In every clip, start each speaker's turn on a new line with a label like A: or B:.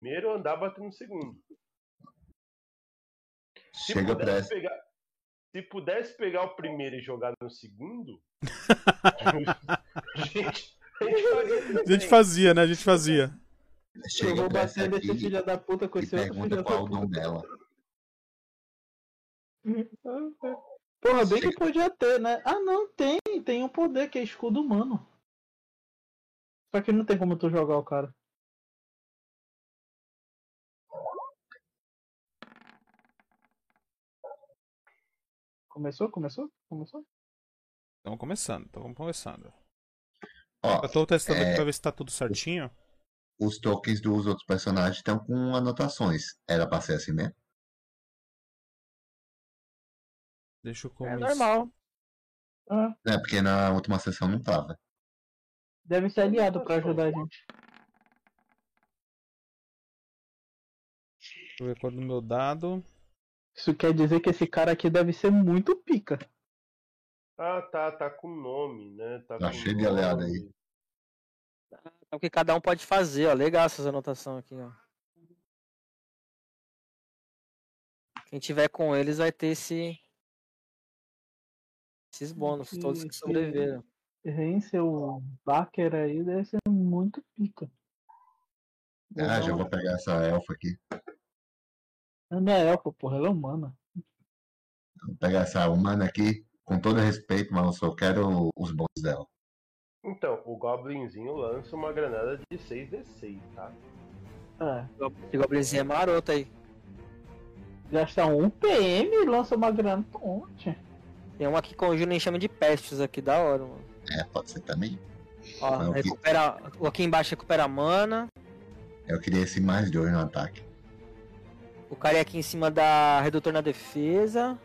A: primeiro andar batendo no segundo. Se
B: Tipo,
C: Chega pra
A: pudesse
C: essa.
A: pegar, se pudesse pegar o primeiro e jogar no segundo, a gente, a gente fazia
D: A gente fazia, né? A gente fazia.
C: Chega
B: eu vou
C: pra essa
B: bater nesse
C: aqui
B: filho da puta com
C: e
B: esse outro filho
C: pergunta
B: da
C: qual é o
B: puta.
C: dom dela.
B: Porra, bem que
C: Chega.
B: podia ter, né? Ah, não, tem. Tem um poder que é escudo humano. Só que não tem como tu jogar o cara. Começou? Começou? Começou?
D: Estamos começando, então vamos começando.
C: Ó,
D: Eu tô testando
C: É.
D: aqui pra ver se tá tudo certinho.
C: os tokens dos outros personagens estão com anotações. Era pra ser assim mesmo?
D: Deixa eu começar.
E: É normal.
B: Ah,
C: É, porque na última sessão não tava.
B: deve ser aliado pra ajudar a gente.
D: Deixa eu ver qual é o meu dado.
B: Isso quer dizer que esse cara aqui deve ser muito pica.
A: Ah, tá, tá com nome, né? Tá
C: Tá
A: com
C: cheio de
A: nome.
C: aliado aí.
E: É o que cada um pode fazer, ó. Legal essas anotações aqui, ó. Quem tiver com eles vai ter esse. Esses bônus, todos que
B: Sim,
E: sobreviveram.
B: Vence o Baker aí, deve ser muito pica.
C: Ah, já
B: Não,
C: vou pegar essa elfa aqui.
B: Não é elfa, porra, ela é humana.
C: Vou pegar essa humana aqui. Com todo respeito, mas eu só quero os bons dela.
A: Então, o Goblinzinho lança uma granada de 6d6, tá?
B: É.
E: O Goblinzinho é maroto aí.
B: Gasta um PM e lança uma grana ponte.
E: Tem uma que conjura e chama de pestes aqui, da hora, mano.
C: É, pode ser também.
E: Ó,
C: Não, que-
E: recupera. Aqui embaixo recupera a mana.
C: Eu queria esse mais dois no ataque.
E: O cara é aqui em cima da redutor na defesa.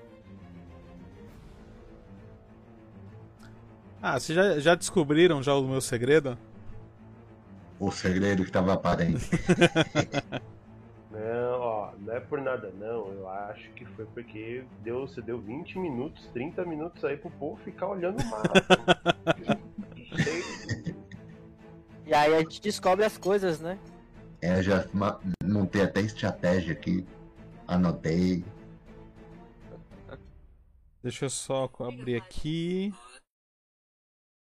D: Ah, vocês já, já descobriram já o meu segredo?
C: O segredo que tava aparente.
A: Não, ó, não é por nada não. Eu acho que foi porque deu, você deu 20 minutos, 30 minutos aí pro povo ficar olhando o mapa.
E: E aí a gente descobre as coisas, né?
C: É, já ma- montei até estratégia aqui. Anotei.
D: Deixa eu só co- abrir aqui.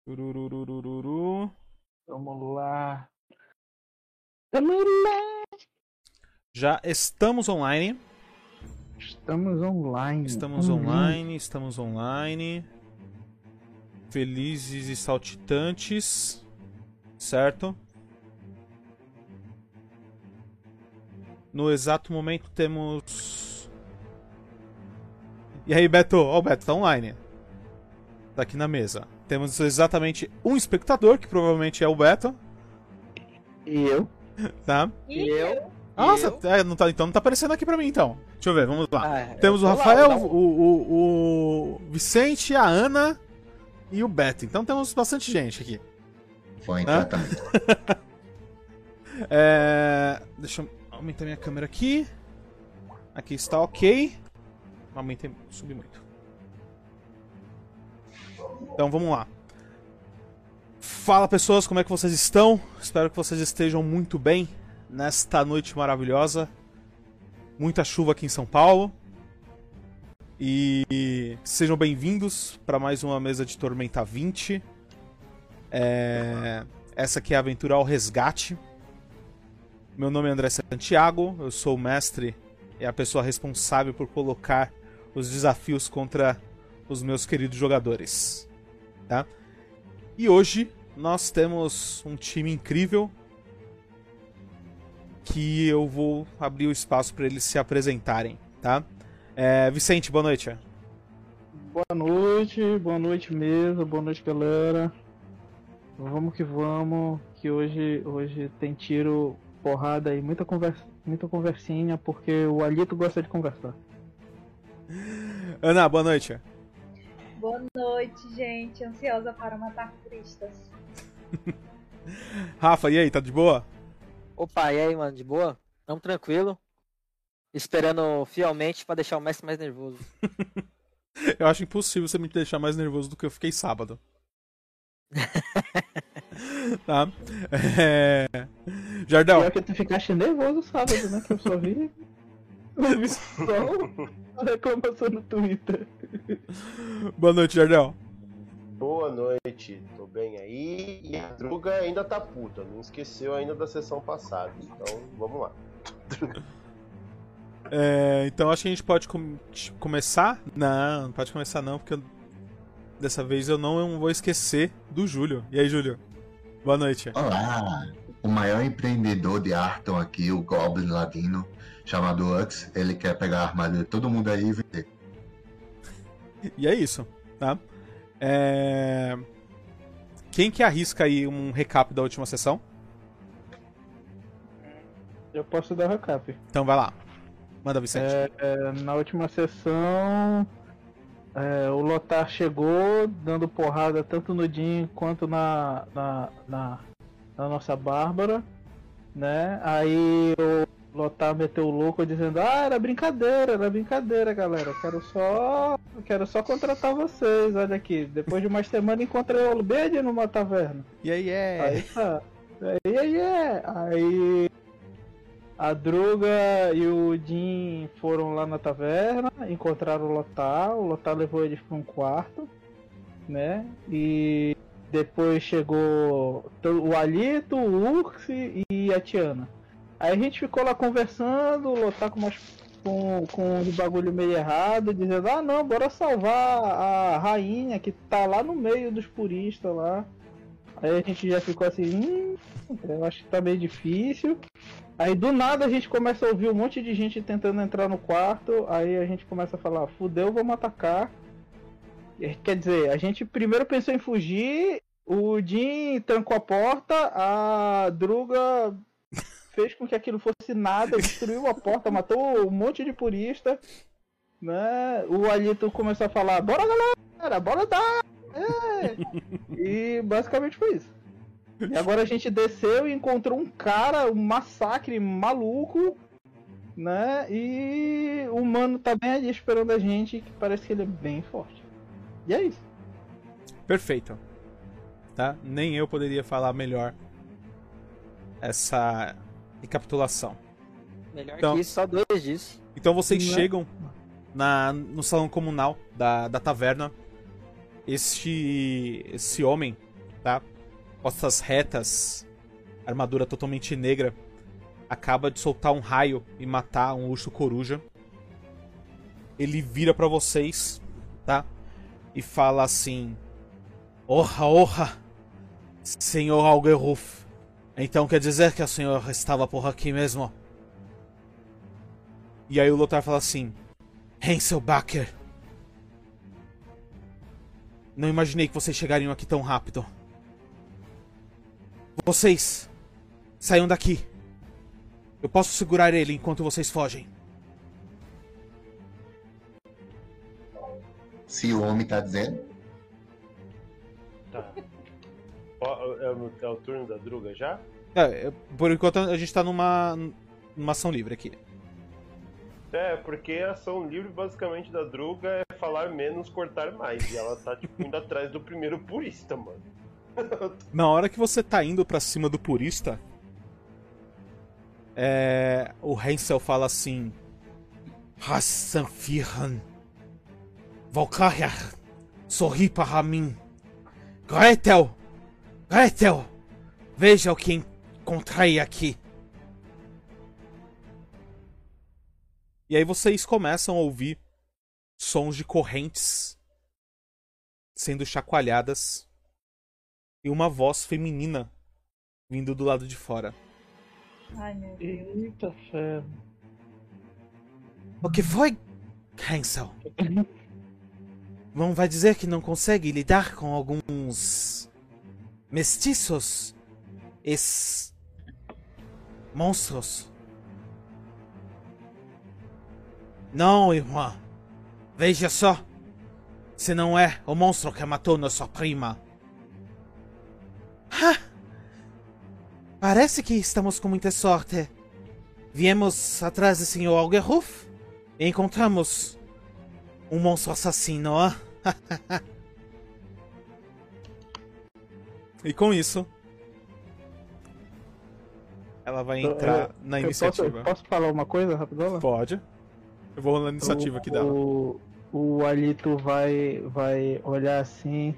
D: Turururururu.
B: Vamos lá. Vamos lá.
D: Já estamos online.
B: Estamos online.
D: Estamos
B: Uhum.
D: online, estamos online. Felizes e saltitantes. Certo? No exato momento temos. E aí, Beto? Ó, o Beto tá online. Tá aqui na mesa. Temos exatamente um espectador, que provavelmente é o Beto,
B: E eu?
D: tá?
E: E eu.
D: Nossa, é, não tá, então não tá aparecendo aqui pra mim, então. Deixa eu ver, vamos lá.
E: Ah,
D: Temos o
E: eu tô lá,
D: Rafael,
E: vou dar
D: o,
E: um-
D: o, o Vicente, a Ana e o Beto. Então temos bastante gente aqui.
C: Vou entrar
D: Ah.
C: também.
D: É, Deixa eu aumentar minha câmera aqui. Aqui está ok. Aumentei, subi muito. Então vamos lá. Fala pessoas, como é que vocês estão? Espero que vocês estejam muito bem nesta noite maravilhosa. Muita chuva aqui em São Paulo. E sejam bem-vindos para mais uma mesa de Tormenta 20. É, Essa aqui é a aventura ao resgate. Meu nome é André Santiago, eu sou o mestre e a pessoa responsável por colocar os desafios contra os meus queridos jogadores. Tá? E hoje nós temos um time incrível que eu vou abrir o espaço para eles se apresentarem, tá? É, Vicente, boa noite.
B: Boa noite, boa noite mesmo, boa noite galera. Vamos que vamos, que hoje, hoje tem tiro, porrada e muita, conversa, muita conversinha, porque o Alito gosta de conversar.
D: Ana, boa noite.
F: Boa noite, gente. Ansiosa para matar turistas.
D: Rafa, e aí, tá de boa?
E: Opa, e aí, mano, de boa? Tamo tranquilo. Esperando fielmente pra deixar o mestre mais nervoso.
D: Eu acho impossível você me deixar mais nervoso do que eu fiquei sábado. Tá? É... Jardel,
B: Pior que tu ficaste nervoso sábado, né? Que eu só vi. Eu vi só a reclamação no Twitter.
D: boa noite, Jardel.
A: Boa noite, tô bem aí. E a Druga ainda tá puta, não esqueceu ainda da sessão passada. Então, vamos lá.
D: É, então acho que a gente pode com- começar. Não, não pode começar não, porque eu- dessa vez eu não eu não vou esquecer do Júlio. E aí, Júlio? Boa noite.
C: Olá! O maior empreendedor de Arton aqui, o Goblin Ladino, chamado Ux, ele quer pegar a armadura de todo mundo aí e vender.
D: E é isso, tá? É, Quem que arrisca aí um recap da última sessão?
B: Eu posso dar recap.
D: Então vai lá. Manda, Vicente.
B: É, é, na última sessão, é, o Lotar chegou dando porrada tanto no Jim quanto na, na, na, na nossa Bárbara, né? Aí o Lotar meteu o louco dizendo: Ah, era brincadeira, era brincadeira, galera. Eu quero só, eu quero só contratar vocês. Olha aqui, depois de uma semana encontrei o Bede numa taverna.
D: E aí, é.
B: Aí tá. Aí, aí, é. Aí a Druga e o Jim foram lá na taverna, encontraram o Lotar, o Lotar levou eles para um quarto, né? E depois chegou to- o Alito, o Ux e a Tiana. Aí a gente ficou lá conversando, o Lotar com umas com, com um bagulho meio errado, dizendo, ah não, bora salvar a rainha que tá lá no meio dos puristas lá. Aí a gente já ficou assim, hum, eu acho que tá meio difícil. Aí do nada a gente começa a ouvir um monte de gente tentando entrar no quarto, aí a gente começa a falar, fudeu, vamos atacar. E, Quer dizer, a gente primeiro pensou em fugir, o Jim trancou a porta, a Druga fez com que aquilo fosse nada, destruiu a porta, matou um monte de purista, né? O Alito começou a falar, bora galera, bora dar! E basicamente foi isso. E agora a gente desceu e encontrou um cara, um massacre maluco, né? E o mano tá bem ali esperando a gente, que parece que ele é bem forte. E é isso.
D: Perfeito. Tá? Nem eu poderia falar melhor essa recapitulação.
E: Melhor
D: Então.
E: que isso, só dois disso.
D: Então vocês
B: Não é?
D: chegam na, no salão comunal da, da taverna. Este esse homem, tá? Costas retas, armadura totalmente negra, acaba de soltar um raio e matar um urso coruja. Ele vira pra vocês, tá? E fala assim: "Orra, orra, senhor Algeruf. Então quer dizer que a senhora estava por aqui mesmo?" E aí o Lothar fala assim: Henselbacher. Não imaginei que vocês chegariam aqui tão rápido. Vocês saiam daqui. Eu posso segurar ele enquanto vocês fogem.
C: Se o homem tá dizendo,
A: Tá. Ó, É o, é o turno da Druga já?
D: É, eu- por enquanto a gente tá numa, numa ação livre aqui.
A: É, porque a ação livre basicamente da Druga é falar menos, cortar mais. E ela tá, tipo, indo atrás do primeiro purista, mano.
D: Na hora que você tá indo pra cima do purista, é, o Hansel fala assim: Hassan Firhan, Valkyria, sorri para mim. Gretel, Gretel, veja o que encontrei aqui. E aí vocês começam a ouvir sons de correntes sendo chacoalhadas e uma voz feminina vindo do lado de fora.
F: Ai, meu Deus.
B: Eita ferro.
D: O que foi, Hansel? Não vai dizer que não consegue lidar com alguns mestiços? Es... monstros? Não, irmã. Veja só. Se não é o monstro que matou nossa prima. Ah! Parece que estamos com muita sorte. Viemos atrás do Sr. Algeruf e encontramos um monstro assassino, ó. e com isso, Ela vai entrar
G: Então, é,
D: na
G: Eu posso,
D: iniciativa.
G: eu posso falar uma coisa rapidona?
D: Pode. Eu vou rolar a iniciativa aqui dela.
G: O, o Alito vai, vai olhar assim,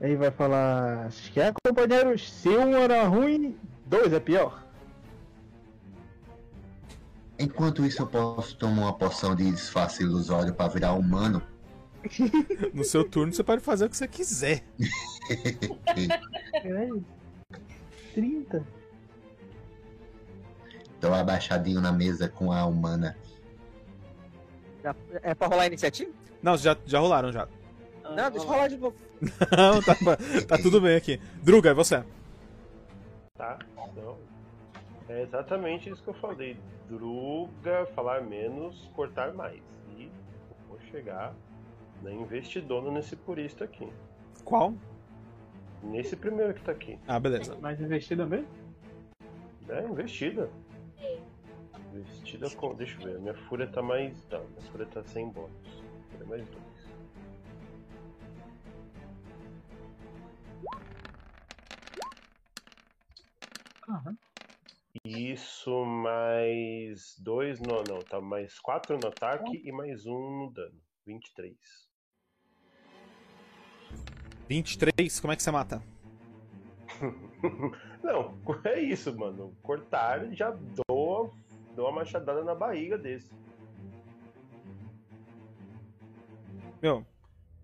G: aí vai falar: que é, companheiros? Se um era ruim, dois é pior.
C: Enquanto isso, eu posso tomar uma poção de disfarce ilusório pra virar humano.
D: No seu turno você pode fazer o que você quiser.
G: Caralho. 30.
C: Tô abaixadinho na mesa com a humana.
E: Já- É pra rolar a iniciativa?
D: Não, já, já rolaram já.
E: Não, deixa eu rolar de novo.
D: Não, tá, tá tudo bem aqui. Druga, é você.
A: Tá, então. É exatamente isso que eu falei. Druga, falar menos, cortar mais. E eu vou chegar na investidona nesse purista aqui.
D: Qual?
A: Nesse primeiro que tá aqui.
D: Ah, beleza.
G: Mais investida mesmo?
A: É, investida. Investida com. Deixa eu ver, minha fúria tá mais. Tá, minha fúria tá sem bônus. Fúria mais dois. Isso mais dois no. Não, tá mais quatro no ataque e mais um no dano. 23.
D: 23, como é que você mata?
A: Não, é isso, mano. Cortar já dou, dou uma machadada na barriga desse.
D: Meu,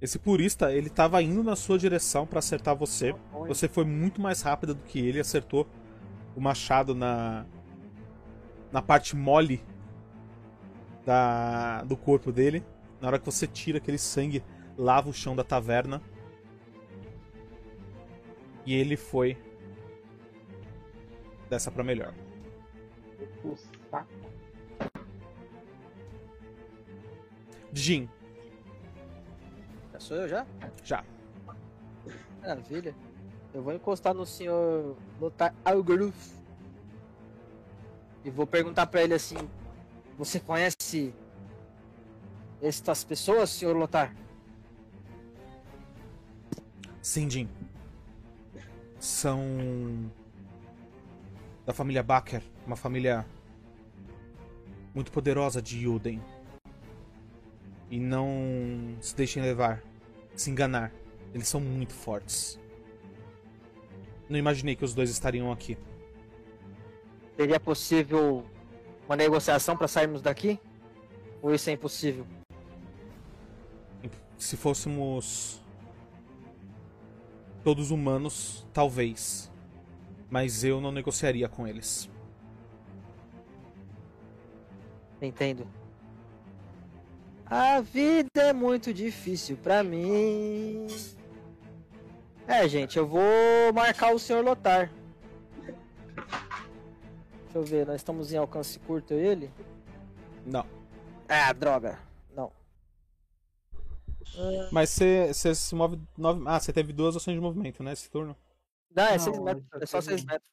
D: esse purista, ele tava indo na sua direção pra acertar você. Você foi muito mais rápida do que ele, acertou o machado na na parte mole da do corpo dele. Na hora que você tira aquele sangue, lava o chão da taverna. E ele foi dessa pra melhor.
G: O saco.
D: Jin,
E: Já sou eu já?
D: já.
E: Maravilha. Eu vou encostar no senhor Lothar Algruf. E vou perguntar pra ele assim: Você conhece estas pessoas, senhor Lothar?
D: Sim, Jim. São. da família Baker, uma família. muito poderosa de Yuden. E não se deixem levar, se enganar. Eles são muito fortes. Não imaginei que os dois estariam aqui.
E: Seria possível uma negociação pra sairmos daqui? Ou isso é impossível?
D: Se fôssemos. todos humanos, talvez. Mas eu não negociaria com eles.
E: Entendo. A vida é muito difícil pra mim. É, gente, eu vou marcar o senhor Lotar. Deixa eu ver, nós estamos em alcance curto eu e ele?
D: Não.
E: Ah, droga. Não.
D: Mas você você se move. Nove... Ah, você teve duas ações de movimento, né? Esse turno.
E: Não, é
G: Não,
E: 6 metros.
G: eu
E: É só
G: tô
E: 6
G: vendo.
E: metros.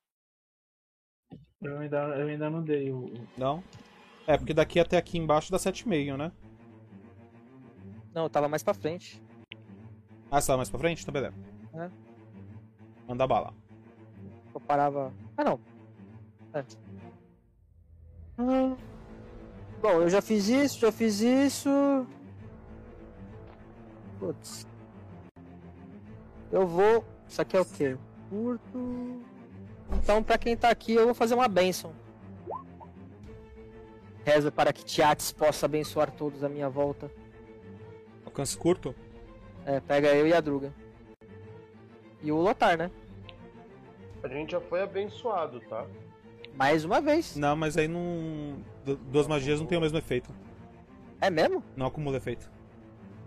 G: Eu ainda, eu ainda não dei o.
D: Não. É, porque daqui até aqui embaixo dá 7,5, né?
E: Não, eu tava mais pra frente.
D: Ah, você tá mais pra frente? Então beleza.
E: É.
D: Manda bala.
E: Eu parava. Ah, não. É. Ah. Bom, eu já fiz isso, já fiz isso. Putz. Eu vou. Isso aqui é o quê? Curto. Então, pra quem tá aqui, eu vou fazer uma benção. Rezo para que Tiates possa abençoar todos à minha volta.
D: Alcance curto?
E: É, pega eu e a Druga. E o Lotar, né?
A: A gente já foi abençoado, tá?
E: Mais uma vez.
D: Não, mas aí não. du- Duas magias não tem o mesmo efeito.
E: É mesmo?
D: Não acumula efeito.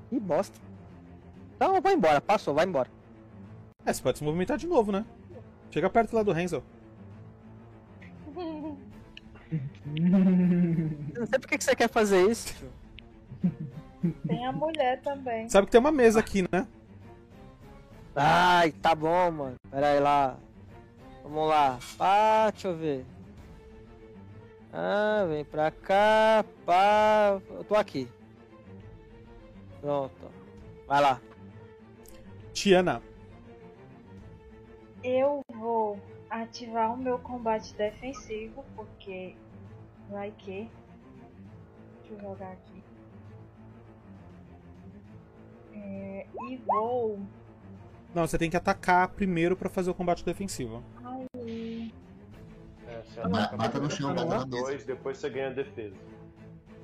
E: Que bosta. Então vai embora, passou, vai embora.
D: É, você pode se movimentar de novo, né? Chega perto lá do Renzel.
E: Eu Não sei por que que você quer fazer isso. tio.
F: Tem a mulher também.
D: Sabe que tem uma mesa aqui, né?
E: Ai, tá bom, mano. Pera aí lá. Vamos lá. Pá, deixa eu ver. Ah, vem pra cá. Pá. Eu tô aqui. Pronto. Vai lá.
D: Tiana.
F: Eu vou ativar o meu combate defensivo, porque vai que. Deixa eu jogar aqui. É, e vou.
D: Não, você tem que atacar primeiro pra fazer o combate defensivo.
F: Aí.
A: É, você
C: Ma-
A: ataca
C: mata Tá no
A: primeiro,
C: chão,
A: você
C: mata
A: ganha
C: na mesa.
A: dois, depois você ganha defesa.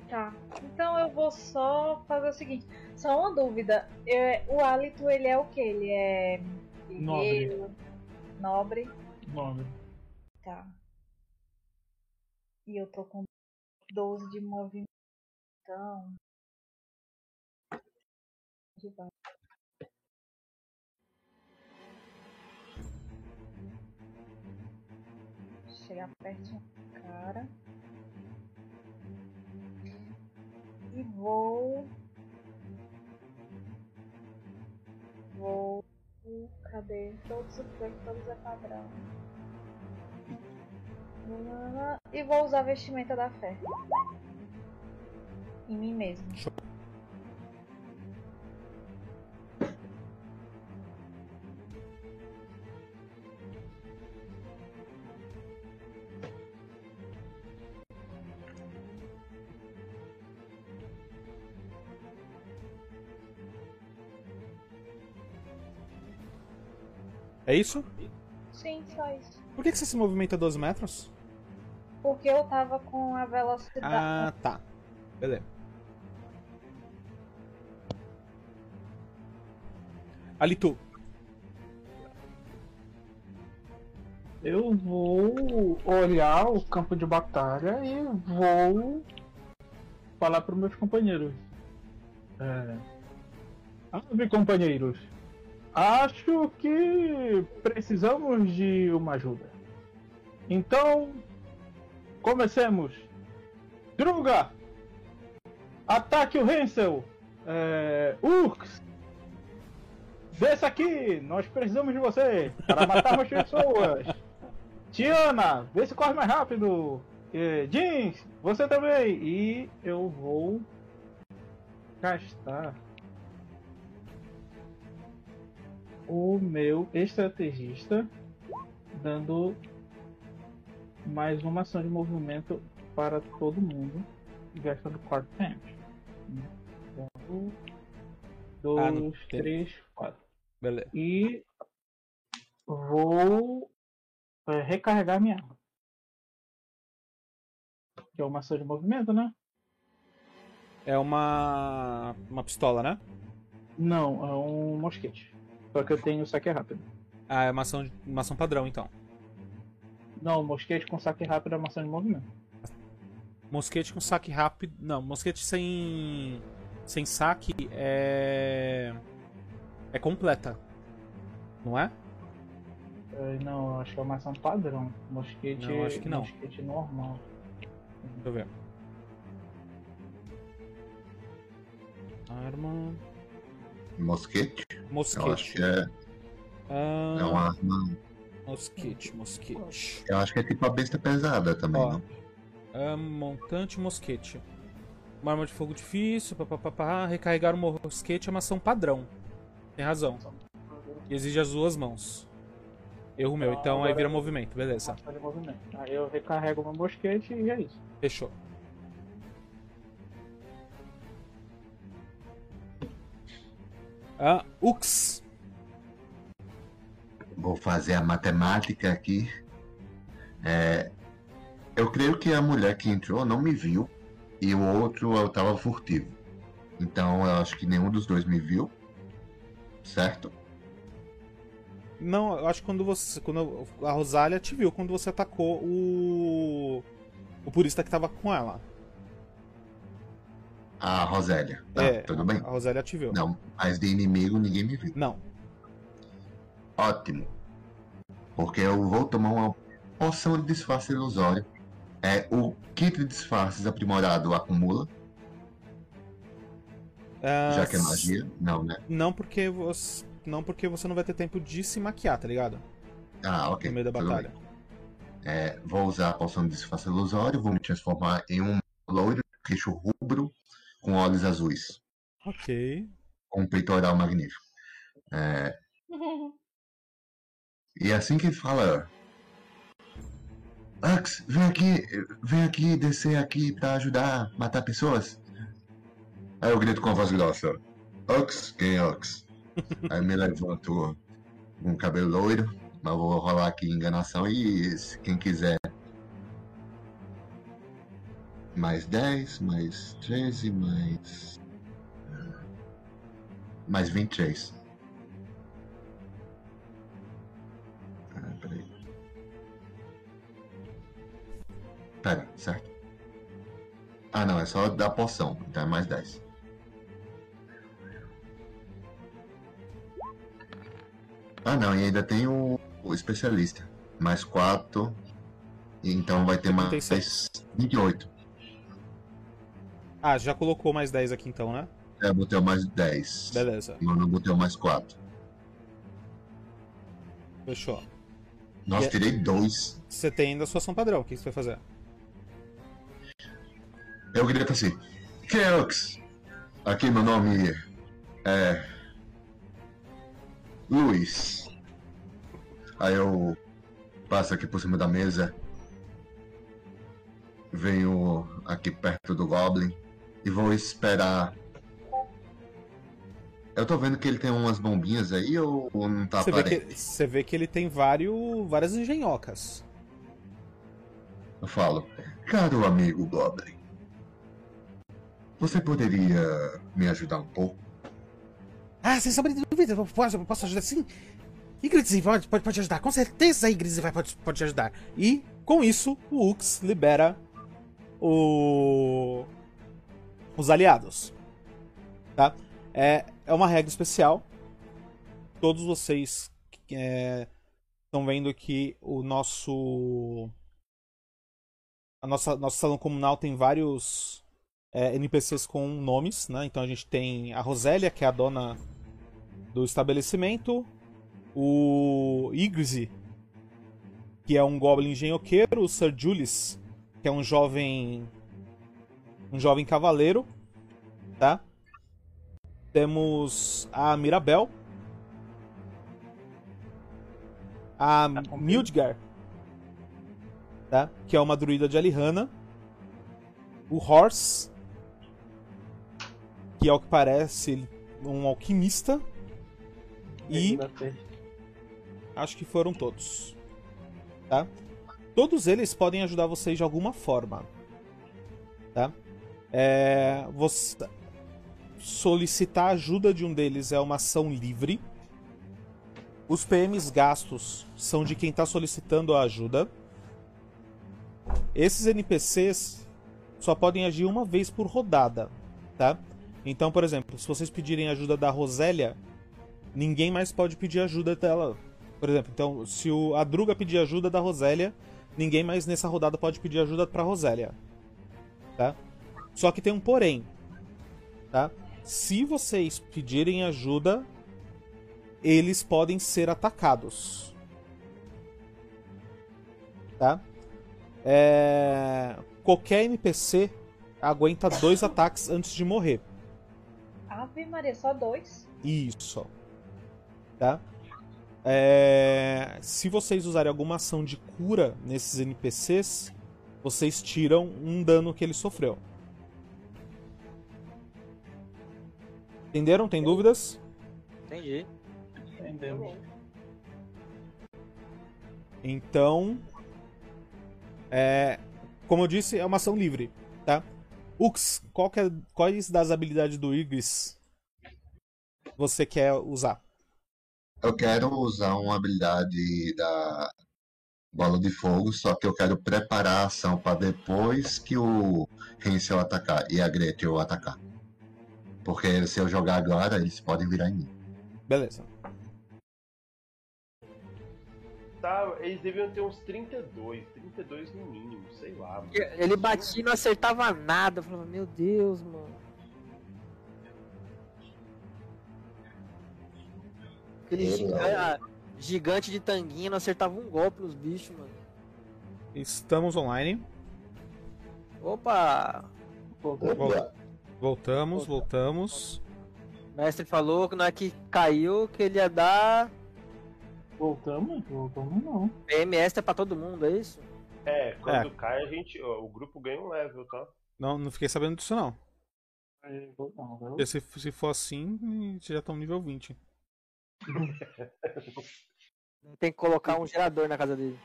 F: Tá. Então eu vou só fazer o seguinte. Só uma dúvida. É, o hálito, ele é o que? Ele é. guerreiro, Nobre.
B: Nobre.
F: Tá. E eu tô com 12 de movimento. Então. Devagar. Chegar pertinho do cara. E vou. Vou. Cadê? Todos os dois, todos é padrão. Nananana. E vou usar a vestimenta da fé. Em mim mesmo.
D: Show. É isso?
F: Sim, só isso.
D: Por que, que você se movimenta 12 metros?
F: Porque eu tava com a velocidade.
D: Ah, tá. Beleza. Alito,
B: Eu vou olhar o campo de batalha e vou falar para meus companheiros. É... Ave companheiros, acho que precisamos de uma ajuda. Então, comecemos. Druga, ataque o Hensel. É... Urks, desça aqui, nós precisamos de você para matarmos pessoas. Tiana, vê se corre mais rápido. Eh, Jeans, você também. E eu vou gastar o meu estrategista, dando mais uma ação de movimento para todo mundo, gastando 4 tempos. Um,
D: Ah, não
B: dois,
D: tem.
B: três, quatro
D: beleza.
B: e vou é, recarregar minha arma. Que é uma ação de movimento, né?
D: É uma uma pistola, né?
B: Não, é um mosquete. Só que eu tenho saque rápido.
D: Ah, é uma ação, de- uma ação padrão, então.
B: Não, mosquete com saque rápido é uma ação de movimento.
D: Mosquete com saque rápido. Não, mosquete sem. Sem saque é. É completa. Não é?
B: É, não, eu acho que é uma ação padrão. Mosquete,
D: Não, acho que não.
B: mosquete normal.
D: Deixa eu ver. Arma.
C: Mosquete? Eu acho que
D: Mosquete.
C: é,
D: Ah,
C: é uma arma.
D: Mosquete, mosquete.
C: Eu acho que é tipo a besta pesada também,
D: Ó.
C: não?
D: Ah, montante mosquete. Uma arma de fogo difícil, papapá. Recarregar o mosquete é uma ação padrão. Tem razão. E exige as duas mãos. Erro meu,
B: Então,
D: então aí
B: agora-
D: vira movimento, beleza.
B: Ação de movimento. Aí eu recarrego meu mosquete e é isso.
D: Fechou. Ah, Ux.
C: Vou fazer a matemática aqui. É, eu creio que a mulher que entrou não me viu e o outro eu tava furtivo. Então eu acho que nenhum dos dois me viu. Certo?
D: Não, eu acho que quando você. Quando a Rosália te viu quando você atacou o. O purista que tava com ela.
C: A Rosélia. Tá,
D: É.
C: tudo bem?
D: A Rosália te viu.
C: Não, mas de inimigo ninguém me viu.
D: Não.
C: Ótimo. Porque eu vou tomar uma poção de disfarce ilusório. É o kit de disfarces aprimorado acumula,
D: Ah,
C: já que é magia. Não, né?
D: Não porque você. Não porque você não vai ter tempo de se maquiar, tá ligado?
C: Ah, ok.
D: No meio da
C: tudo bem.
D: batalha.
C: É, vou usar a poção de disfarce ilusório, vou me transformar em um loiro, queixo rubro, com olhos azuis,
D: Ok.
C: com um peitoral É, magnífico. E assim que fala Ax, vem aqui, vem aqui descer aqui pra ajudar a matar pessoas. Aí eu grito com a voz grossa. Ax, quem é Ax? Aí me levanto com um cabelo loiro, mas vou rolar aqui enganação e se quem quiser. Mais 10, mais 13, mais. ah, Mais 23. Ah, peraí. Pera, Tá, certo? Ah, não, é só da poção, então é mais 10. Ah, não, e ainda tem o, o especialista. Mais 4. Então vai ter mais 28.
D: Ah, já colocou mais 10 aqui então, né?
C: É, botei o mais 10.
D: Beleza,
C: Mano, botei o mais 4.
D: fechou.
C: Nossa,
D: E-
C: tirei 2.
D: Você tem ainda a sua ação padrão, o que que você vai fazer?
C: Eu grito assim: Keox! Aqui meu nome é. Luiz. Aí eu passo aqui por cima da mesa. Venho aqui perto do Goblin. E vou esperar. Eu tô vendo que ele tem umas bombinhas aí ou ou não tá
D: você, vê
C: aparente?
D: que, você vê que ele tem vários, várias engenhocas.
C: Eu falo, caro amigo Goblin, você poderia me ajudar um pouco?
D: Ah, sem sombra de dúvida, eu posso, eu posso ajudar sim. Igrizi pode, pode, pode ajudar, com certeza a Igrizi vai pode, pode te ajudar. E, com isso, o Ux libera o... os aliados. Tá? É, é uma regra especial. Todos vocês é, estão vendo que o nosso... A nossa, nosso salão comunal tem vários é, NPCs com nomes, né? Então a gente tem a Rosélia, que é a dona do estabelecimento, o Igrizi, que é um goblin engenhoqueiro, o Sir Julius, que é um jovem um jovem cavaleiro, tá? Temos a Mirabel, a Mildgar, tá? Que é uma druida de Alihanna, o Horse, que ao que parece um alquimista. E
B: Ainda tem.
D: acho que foram todos. Tá? Todos eles podem ajudar vocês de alguma forma. Tá? É, você solicitar a ajuda de um deles é uma ação livre. Os PMs gastos são de quem está solicitando a ajuda. Esses NPCs só podem agir uma vez por rodada, tá? Então, por exemplo, se vocês pedirem ajuda da Rosélia, ninguém mais pode pedir ajuda dela por exemplo, então, se o, a Druga pedir ajuda da Rosélia, ninguém mais nessa rodada pode pedir ajuda pra Rosélia. Tá? Só que tem um porém. Tá? Se vocês pedirem ajuda, eles podem ser atacados. Tá? É, Qualquer NPC aguenta dois ataques antes de morrer.
F: Ave Maria, só dois.
D: Isso. Tá? É, Se vocês usarem alguma ação de cura nesses NPCs, vocês tiram um dano que ele sofreu. Entenderam? Tem dúvidas?
E: Entendi.
B: Entendemos.
D: Então, é, como eu disse, é uma ação livre, tá? Ux, qual que é, quais das habilidades do Igris você quer usar?
C: Eu quero usar uma habilidade da bola de fogo, só que eu quero preparar a ação para depois que o Hensel atacar e a Gretel atacar. Porque se eu jogar agora, eles podem virar em mim.
D: Beleza.
A: Tá, eles deviam ter uns 32, 32 no mínimo, sei lá. mano.
E: Ele batia e não acertava nada. Eu falava, meu Deus, mano. Aquele
C: Ele
E: giga- ah, gigante de tanguinha não acertava um golpe nos bichos, mano.
D: Estamos online.
E: Opa!
D: Volta. Voltamos, voltamos.
E: O mestre falou que na hora que caiu que ele ia dar
B: Voltamos? Voltamos não.
E: PM extra pra todo mundo, é isso?
A: É, quando cai, a gente. ó, o grupo ganha um level, tá?
D: Não, não fiquei sabendo disso, não.
B: Aí, né? vou- não, vou-
D: Porque Se, se for assim, vocês já estão no nível 20.
E: Tem que colocar um gerador na casa dele.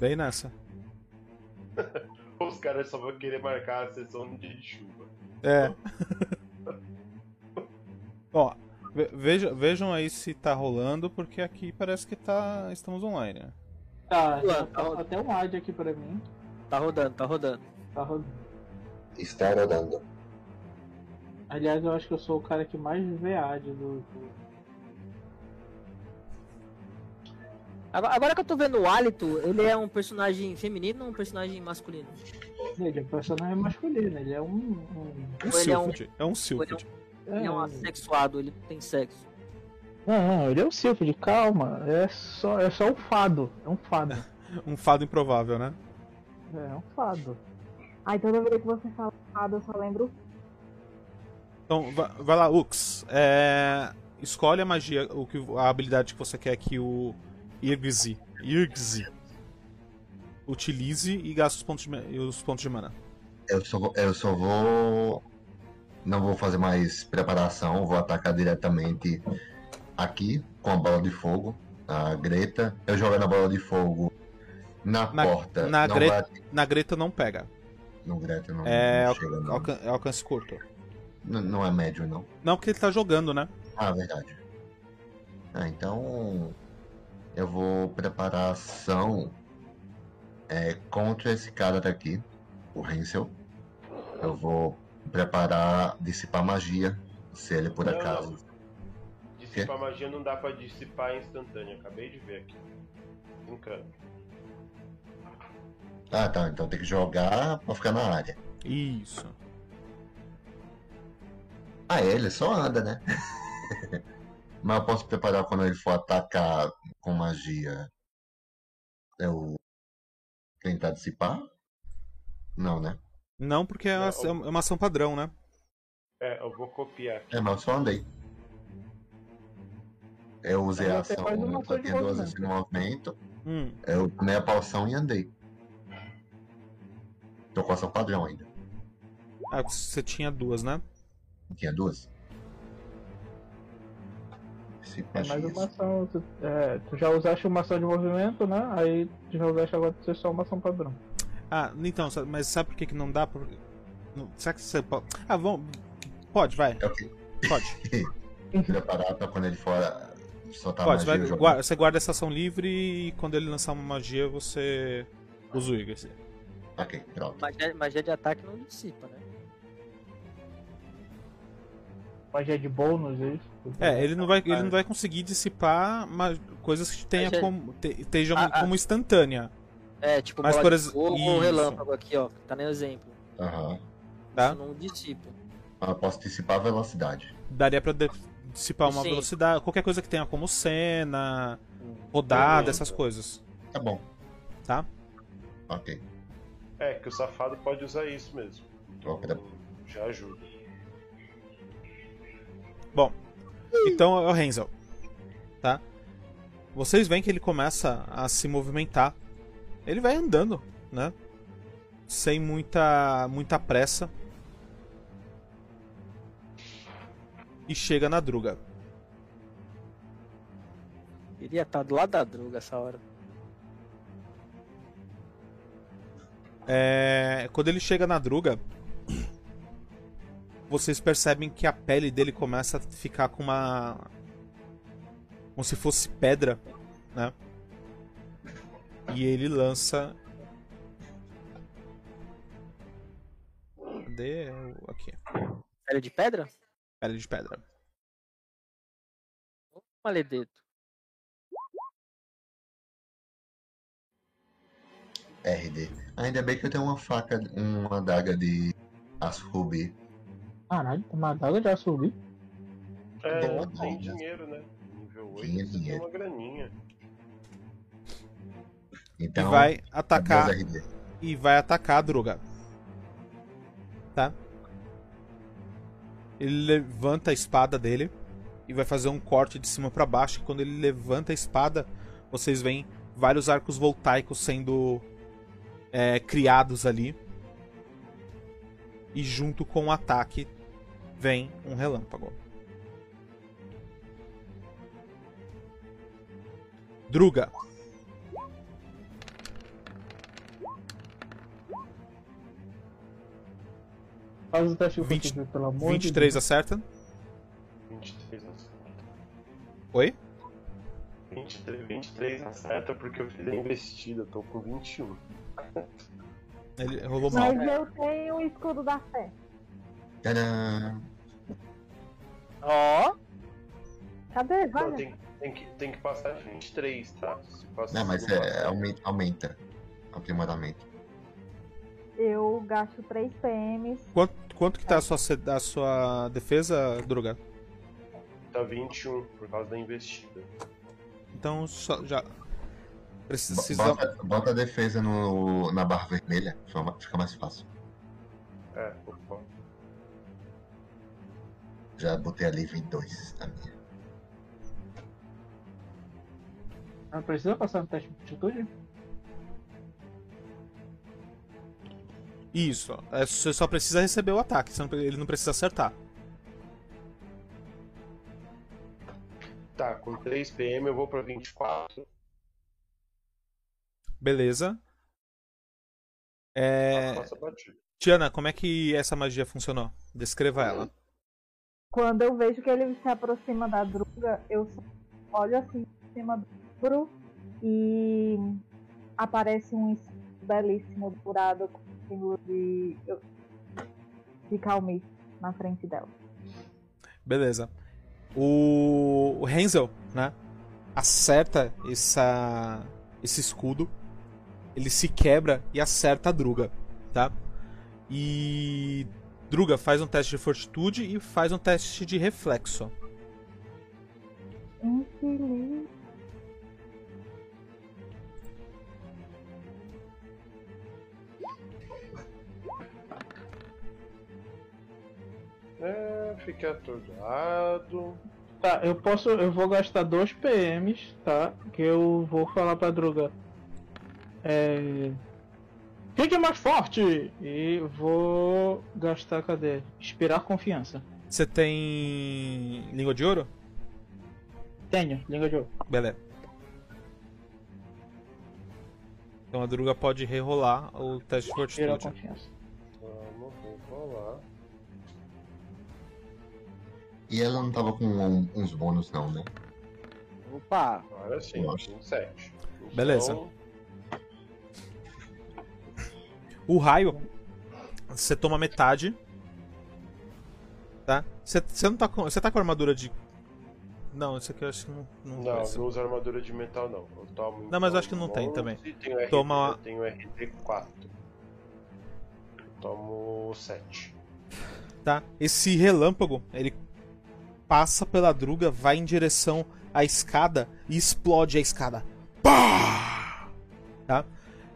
D: Bem nessa.
A: Os caras só vão querer marcar a sessão de chuva.
D: É. Ó, ve- veja, vejam aí se tá rolando, porque aqui parece que tá. Estamos online, né?
B: Tá,
E: Ué,
B: já
E: tá
B: tá
E: rodando.
B: até um ad aqui pra mim.
E: Tá rodando, tá rodando.
B: Tá rodando.
C: Está rodando.
B: Aliás, eu acho que eu sou o cara que mais vê ad do. do-
E: Agora, agora que eu tô vendo o hálito, ele é um personagem feminino ou um personagem masculino?
B: Ele é um personagem masculino, ele é um. um-
D: Um
E: Ou ele é um-
D: Silphid. É um Silphid.
E: Ele é um
B: um-
E: assexuado, ele não tem sexo.
G: Não, não, ele é um Silphid, calma. É só, é só um fado. É um fado.
D: Um fado improvável, né?
G: É um fado.
H: Ah,
F: Ai,
H: então
F: toda vez que você fala errado, eu só lembro.
D: Então, va- vai lá, Ux. É, Escolhe a magia, o que, a habilidade que você quer que o Irgzi, Irgzi utilize e gaste os pontos de, ma- e os pontos de mana.
C: Eu só, eu só vou. Não vou fazer mais preparação, vou atacar diretamente aqui com a bola de fogo, a Greta. Eu jogando a bola de fogo na,
D: Na-
C: porta.
D: na
C: não
D: Greta-
C: bate
D: Na Greta não pega.
C: no Greta, não,
D: É,
C: não chega, não.
D: Alcan- é alcance curto.
C: N- não é médio, não.
D: Não, porque ele tá jogando, né?
C: Ah, verdade. Ah, então eu vou preparar a ação é, contra esse cara daqui, o Hensel. Eu vou preparar dissipar magia, se ele por
A: Não,
C: acaso.
A: Dissipar magia não dá pra dissipar instantânea, acabei de ver aqui. Encano.
C: Ah, tá. Então tem que jogar pra ficar na área.
D: Isso.
C: Ah, é, ele só anda, né? Mas eu posso preparar quando ele for atacar com magia. Eu tentar dissipar? Não, né?
D: Não, porque é uma,
A: Não.
D: é uma ação padrão, né?
A: É, eu vou copiar aqui.
C: É, mas eu só andei. É, Eu usei
G: Aí
C: a
G: você
C: ação,
G: faz uma
C: só
G: ação de
C: tinha duas
G: movimento.
C: ações de movimento.
D: Hum.
C: Eu tomei a poção e andei. Tô com a ação padrão ainda.
D: Ah, você tinha duas, né?
C: Não tinha duas? Sim,
G: É mais uma ação. Tu, é, tu já usaste uma ação de movimento, né? Aí tu já usaste agora tu tem só uma ação padrão.
D: Ah, então, sa- mas sabe por que, que não dá? Por... não- será que você pode. Ah, vamos. Pode, vai.
C: É o que
D: Pode.
C: preparar pra quando ele for ah, soltar
D: Pode,
C: magia,
D: vai.
C: eu jogo.
D: Guarda- você guarda essa ação livre e quando ele lançar uma magia, você usa o Igreja.
C: Ok, pronto.
E: Magia, magia de ataque não dissipa, né?
G: Magia de bônus, é isso?
D: É, ele não vai, ele não vai conseguir dissipar ma- coisas que tenha
E: Magia-
D: como, te- estejam
E: Ah, ah.
D: como instantânea,
E: É, tipo,
D: Mas,
E: bola
D: por
E: de
D: ex-
E: fogo
D: isso.
E: ou relâmpago aqui, ó. Tá no exemplo.
C: Aham.
D: tá?
E: Isso não dissipa.
C: Eu posso dissipar a velocidade.
D: Daria pra de- dissipar uma
E: Sim.
D: velocidade, qualquer coisa que tenha como cena, rodada,
A: Beleza.
D: essas coisas.
C: Tá bom.
D: Tá.
C: Ok.
A: É, que o safado pode usar isso mesmo.
C: Vou pre-
A: Já ajuda.
D: Então é o Renzel. Tá? Vocês veem que ele começa a se movimentar. Ele vai andando, né? Sem muita muita pressa. E chega na Druga.
E: Ele ia estar tá do lado da droga essa hora.
D: É, quando ele chega na Druga, vocês percebem que a pele dele começa a ficar com uma. como se fosse pedra, né? E ele lança. Cadê? o- Aqui,
E: Era de pedra?
D: pele de pedra.
E: Maledeto.
C: RD. Ainda bem que eu tenho uma faca, uma adaga de aço rubi.
B: Caralho, uma adaga já subi.
A: É,
C: Bom,
A: tem
C: bom.
A: dinheiro, né? Nível 8
C: Tinha
A: você tem
C: dinheiro.
A: uma graninha.
C: Então,
D: e vai
C: cadê os
D: atacar.
C: RD?
D: E vai atacar a Druga. Tá? Ele levanta a espada dele e vai fazer um corte de cima pra baixo. E quando ele levanta a espada, vocês veem vários arcos voltaicos sendo é, criados ali. E junto com o ataque vem um relâmpago. Druga.
B: Faz o teste
D: 20,
B: 20, pelo amor de
D: 23 acerta.
A: 23 acerta.
D: Oi?
A: 23, 23 acerta porque eu fiz a investida, eu tô com 21.
D: Ele rolou mal.
H: Mas eu tenho o escudo da fé.
C: Tcharam!
E: Ó,
H: Cadê?
A: Não,
H: Vai.
A: Então, tem, tem que, tem que passar 23, tá? Se passa-
C: Não, mas
A: se não
C: é,
A: passar-
C: aumenta, aumenta. Aprimoramento.
H: Eu gasto 3 PMs.
D: Quanto, quanto que tá a sua, ce- a sua defesa, Druga?
C: um-
A: Tá 21 por causa da investida.
D: Então só, já. Precisa.
C: Bota, bota a defesa no, na barra vermelha, fica ma- fica mais fácil.
A: É, opa.
C: Já botei ali 22 na minha.
B: Deus. Não precisa passar no teste de aptitude?
D: Isso. É, você só precisa receber o ataque. você não pre- ele não precisa acertar.
A: Tá, com 3 PM eu vou pra 24.
D: Beleza. É,
A: Passa batido.
D: Tiana, como é que essa magia funcionou? Descreva ela.
H: Quando eu vejo que ele se aproxima da Druga, eu só olho assim em cima do muro e aparece um escudo belíssimo dourado com um símbolo de, de Calmi na frente dela.
D: Beleza. O, o Hansel, né? Acerta essa, esse escudo. Ele se quebra e acerta a Druga, tá? E. Druga faz um teste de fortitude e faz um teste de reflexo.
H: Infeliz.
A: É, fiquei atordoado.
B: Tá, eu posso. Eu vou gastar 2 PMs, tá? Que eu vou falar pra Druga. É. Fique mais forte! E vou gastar, cadê? Inspirar confiança.
D: Você tem. Língua de ouro?
B: Tenho, língua de ouro.
D: Beleza. Então a Druga pode rerolar o teste de
B: Inspirar
D: fortitude.
B: confiança.
A: Vamos, vou rolar.
C: E ela não tava com um- uns bônus, não, né?
E: opa.
A: Agora sim,
C: Nossa.
A: 27.
D: Beleza.
A: Então,
D: O raio, você toma metade. Tá? Você, você não tá com. Você tá com armadura de. Não, isso aqui eu acho que não. Não,
A: Não,
D: conheço.
A: não uso armadura de metal, não. Eu tomo,
D: Não, mas eu
A: então,
D: acho que não tem
A: 11,
D: também.
A: e Tenho RT,
D: Toma-
A: Eu tenho RT4. Eu tomo 7.
D: tá? Esse relâmpago, ele passa pela druga, vai em direção à escada e explode a escada. Pá! Tá?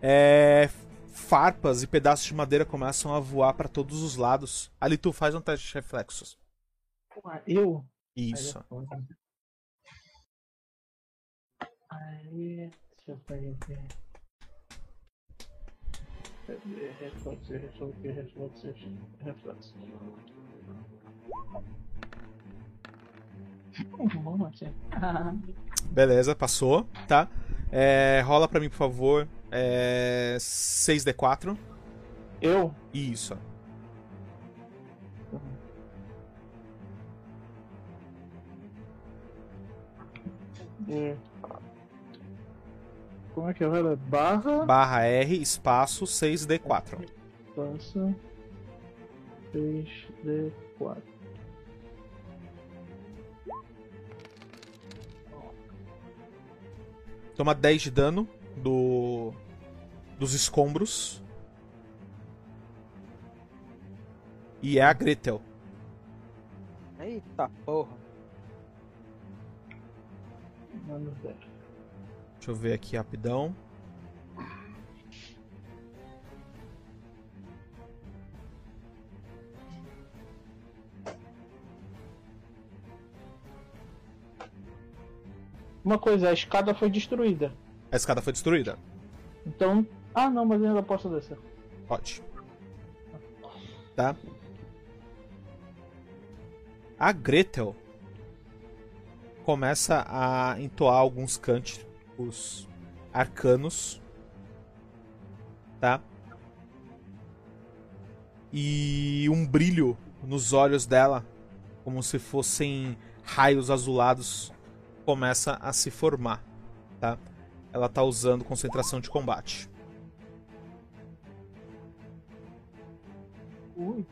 D: É, farpas e pedaços de madeira começam a voar para todos os lados. Ali tu faz um teste de reflexos.
B: Ué, eu?
D: Isso.
B: Aí, deixa eu pegar aqui. Cadê? Reflexo, reflexo, reflexo, reflexo. Um monte.
D: Beleza, passou, tá? É, rola pra mim, por favor. É, 6d4.
B: Eu?
D: Isso.
B: É. Como é que é? velho? Barra.
D: Barra R, espaço, 6d4.
B: Passa. 3D4.
D: Toma 10 de dano do dos escombros. E é a Gretel.
E: Eita porra.
B: Menos 10.
D: Deixa eu ver aqui rapidão.
B: Uma coisa, a escada foi destruída.
D: A escada foi destruída.
B: Então Ah, não, mas eu ainda posso descer.
D: Pode. Tá? A Gretel começa a entoar alguns cânticos arcanos. Tá? E um brilho nos olhos dela, como se fossem raios azulados, começa a se formar. Tá? Ela tá usando concentração de combate.
B: Ui.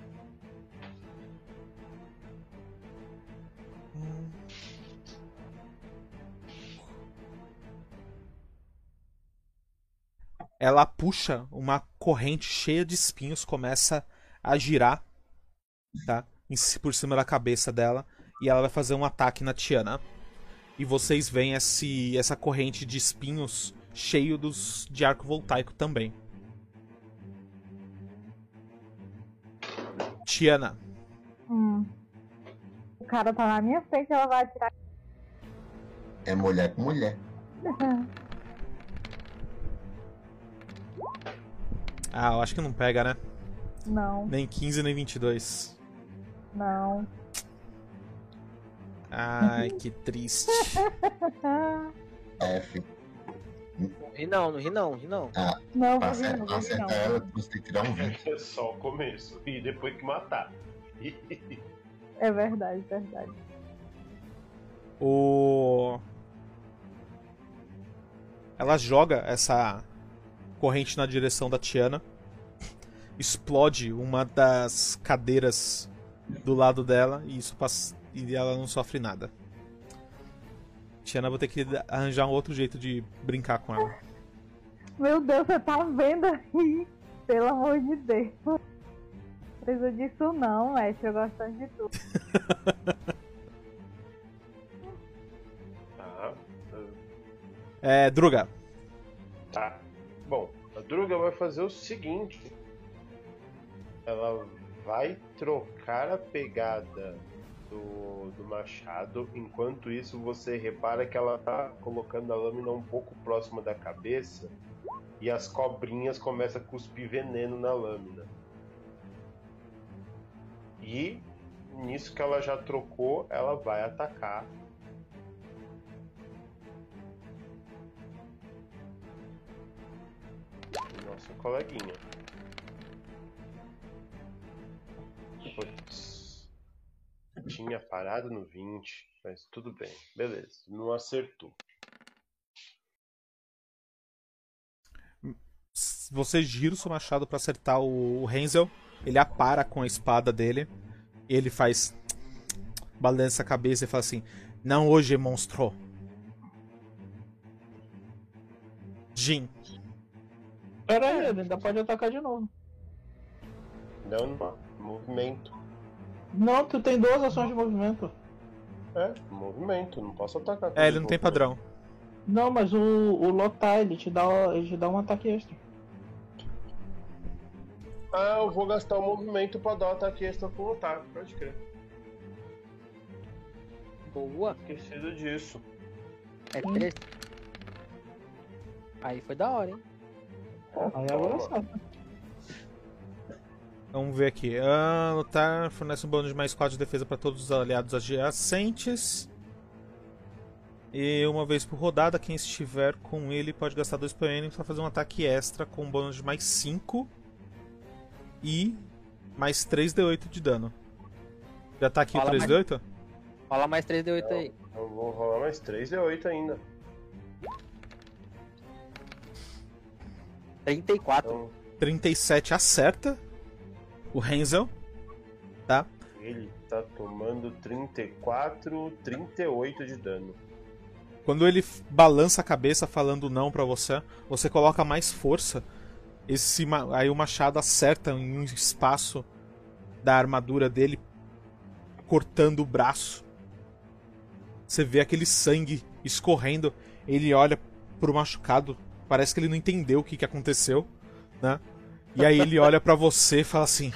D: Ela puxa uma corrente cheia de espinhos, começa a girar, tá? Em ci- Por cima da cabeça dela. E ela vai fazer um ataque na Tiana. E vocês veem esse, essa corrente de espinhos cheio dos, de arco voltaico também. Tiana,
H: Hum. O cara tá na minha frente, ela vai atirar.
C: É mulher com mulher.
D: ah, eu acho que não pega, né?
H: Não,
D: Nem 15, nem 22.
H: não.
D: Ai, que triste.
C: F.
E: Não ri não, não ri não, ri não.
H: Não,
C: Pra
H: vou vir,
C: acertar,
H: não, vou vir, não.
C: acertar ela, você tem que tirar um 20.
A: É só o começo. E depois que matar.
H: É verdade, verdade.
D: O. Ela joga essa corrente na direção da Tiana. Explode uma das cadeiras do lado dela e isso passa... e ela não sofre nada. Tiana, vou ter que arranjar um outro jeito de brincar com ela.
H: Meu Deus, você tá vendo aí? Pelo amor de Deus. Preciso disso não, mestre. Eu gosto de tudo.
A: Tá.
D: É, Druga,
A: Tá. Bom, a Druga vai fazer o seguinte. Ela vai trocar a pegada do, do machado. Enquanto isso, você repara que ela tá colocando a lâmina um pouco próxima da cabeça. E as cobrinhas começam a cuspir veneno na lâmina. E nisso que ela já trocou, ela vai atacar. o Nosso um coleguinha. Putz. Tinha parado no 20, mas tudo bem. Beleza, não acertou.
D: s- você gira o seu machado pra acertar o o Renzel. Ele apara com a espada dele. Ele faz. Balança a cabeça e fala assim: Não hoje, monstro. Jin,
B: Pera aí, ele ainda pode atacar de novo.
A: Não, não. Movimento.
B: Não, tu tem duas ações de movimento.
A: É, movimento. Não posso atacar. com
D: É, ele não tem
A: movimento.
D: padrão.
B: Não, mas o, o Lotar, ele te dá, ele te dá um ataque extra.
A: Ah, eu vou gastar o movimento pra dar o ataque extra com o ataque, pode crer.
E: Boa.
A: Esquecido disso.
E: É
D: Hum.
E: três. Aí foi da hora, hein?
B: Aí agora sabe.
D: Vamos ver aqui. Ah, lutar fornece um bônus de mais 4 de defesa para todos os aliados adjacentes. E uma vez por rodada, quem estiver com ele pode gastar 2 PN para fazer um ataque extra com um bônus de mais 5 e mais 3d8 de dano. Já tá aqui o
E: Fala
D: 3d8?
E: Fala mais 3D8 aí.
A: Eu vou rolar mais 3 e 8 ainda.
E: 34.
A: Então,
D: 37 acerta o Renzel.
A: ele tá tomando 34, 38 de dano.
D: Quando ele f- balança a cabeça falando não pra você, você coloca mais força. Esse ma- aí o machado acerta em um espaço da armadura dele, cortando o braço. Você vê aquele sangue escorrendo. Ele olha pro machucado, parece que ele não entendeu o que, que aconteceu, né? E aí ele olha pra você e fala assim: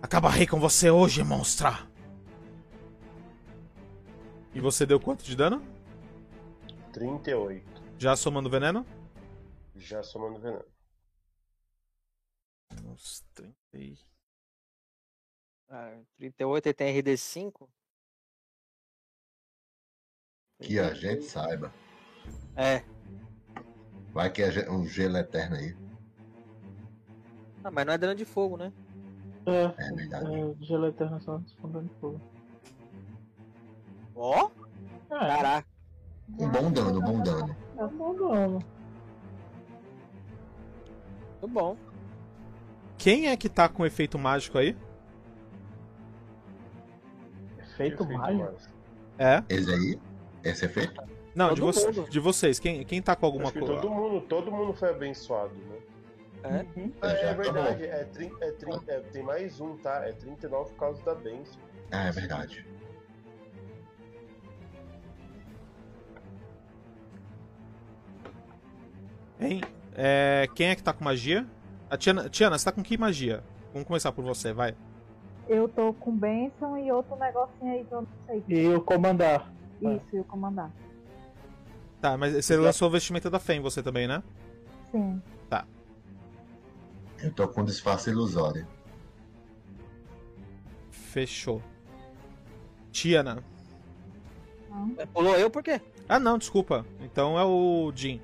D: Acabarei com você hoje, monstra. E você deu quanto de dano?
A: 38.
D: Já somando veneno?
A: Já somando veneno.
I: Uns 30 e...
E: Ah, 38 ele tem RD5?
C: Que a gente saiba.
E: É.
C: Vai que a ge- o gelo é eterno aí.
E: Ah, mas não é dano de fogo, né?
B: É,
C: É verdade.
B: é gelo eterno só se fundando em fogo.
E: Ó,
B: É,
E: caraca.
C: Um bom dano, um bom dano.
B: é um bom dano.
E: Muito bom.
D: Quem é que tá com efeito mágico aí?
B: Efeito mágico.
D: É?
C: Esse aí, esse efeito?
D: Não,
E: Todo
D: de, voc-
E: mundo.
D: de vocês. Quem, quem tá com alguma
A: Acho que todo
D: coisa?
A: mundo, todo mundo foi abençoado, né?
B: Uhum.
A: Ah,
C: Já
A: é
C: acabou.
A: verdade, é trin- é trin- é, tem mais um, tá? É 39 por causa da benção.
C: Ah, é verdade.
D: Hein? É, quem é que tá com magia? A Tiana, Tiana, você tá com que magia? Vamos começar por você, vai.
H: Eu tô com Benson e outro negocinho aí que eu não sei.
B: E o comandar.
H: Isso, e o comandar.
D: Tá, mas você lançou o vestimenta da Fé em você também, né?
H: Sim.
C: Eu tô com um disfarce ilusório.
D: Fechou. Tiana.
E: É, Pulou eu por quê?
D: Ah, não, desculpa. Então é o Jin.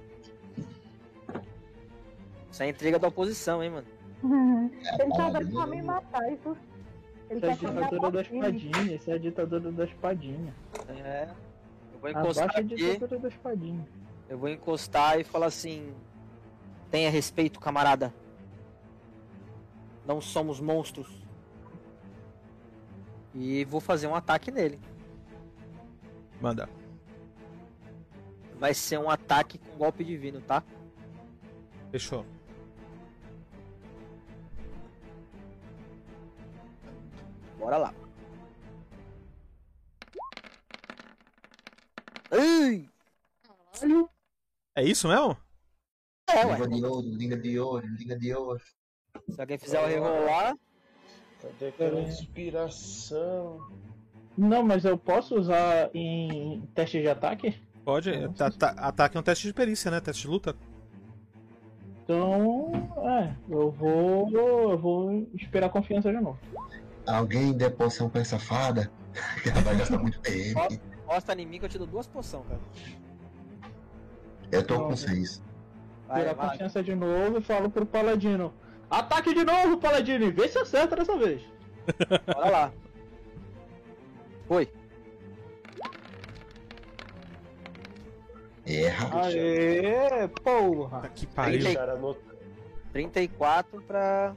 E: Isso é intriga da oposição, hein, mano?
C: É,
H: Ele tá dando
C: um
H: pra me matar, isso. Ele tá
B: Isso é a
H: quer que eu me
B: ditadura da
H: aproxime.
B: espadinha. Isso é a ditadura da espadinha.
E: É. Eu vou encostar
B: Abaixa a
E: aqui.
B: ditadura da espadinha.
E: Eu vou encostar e falar assim: Tenha respeito, camarada. Não somos monstros. E vou fazer um ataque nele.
D: Manda.
E: Vai ser um ataque com golpe divino, tá?
D: Fechou.
E: Bora lá. Ai!
D: É isso mesmo?
E: É, ué.
C: Língua de ouro, língua de ouro, língua de ouro.
E: Se alguém fizer o rerolar,
A: Cadê aquela Tá inspiração?
B: Não, mas eu posso usar em teste de ataque?
D: Pode. Tá, tá, ataque é um teste de perícia, né? Teste de luta.
B: Então, é, eu vou, eu vou esperar a confiança de novo.
C: Alguém der poção pra essa fada? Que um ela vai gastar muito PM.
E: mostra em mim que eu te dou duas poções, cara.
C: Eu tô com
B: Droga.
C: seis.
E: Vai,
B: Esperar a
E: vai.
B: confiança de novo e falo pro Paladino: Ataque de novo, Paladino, e vê se acerta dessa vez.
E: Bora lá. Foi. Ah.
C: Erra.
B: Aê, porra!
D: Tá que
E: Aí,
D: pariu.
E: aí.
A: Cara, anota-
E: 34 pra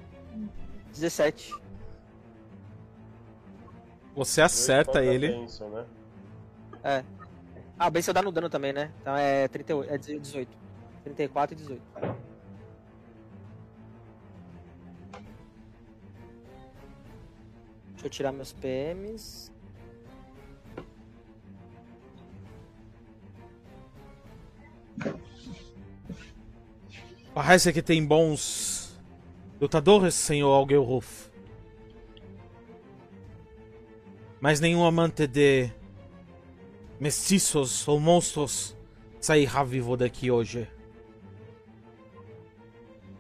E: 17.
D: Você acerta
A: anota a
D: ele.
A: benção, né?
E: Ah, bem, se eu dar no dano também, né? Então é 38, é 18. 34 e 18. Deixa eu tirar meus PMs.
D: Parece que tem bons lutadores, senhor Algelhof. Mas nenhum amante de mestiços ou monstros sairá vivo daqui hoje.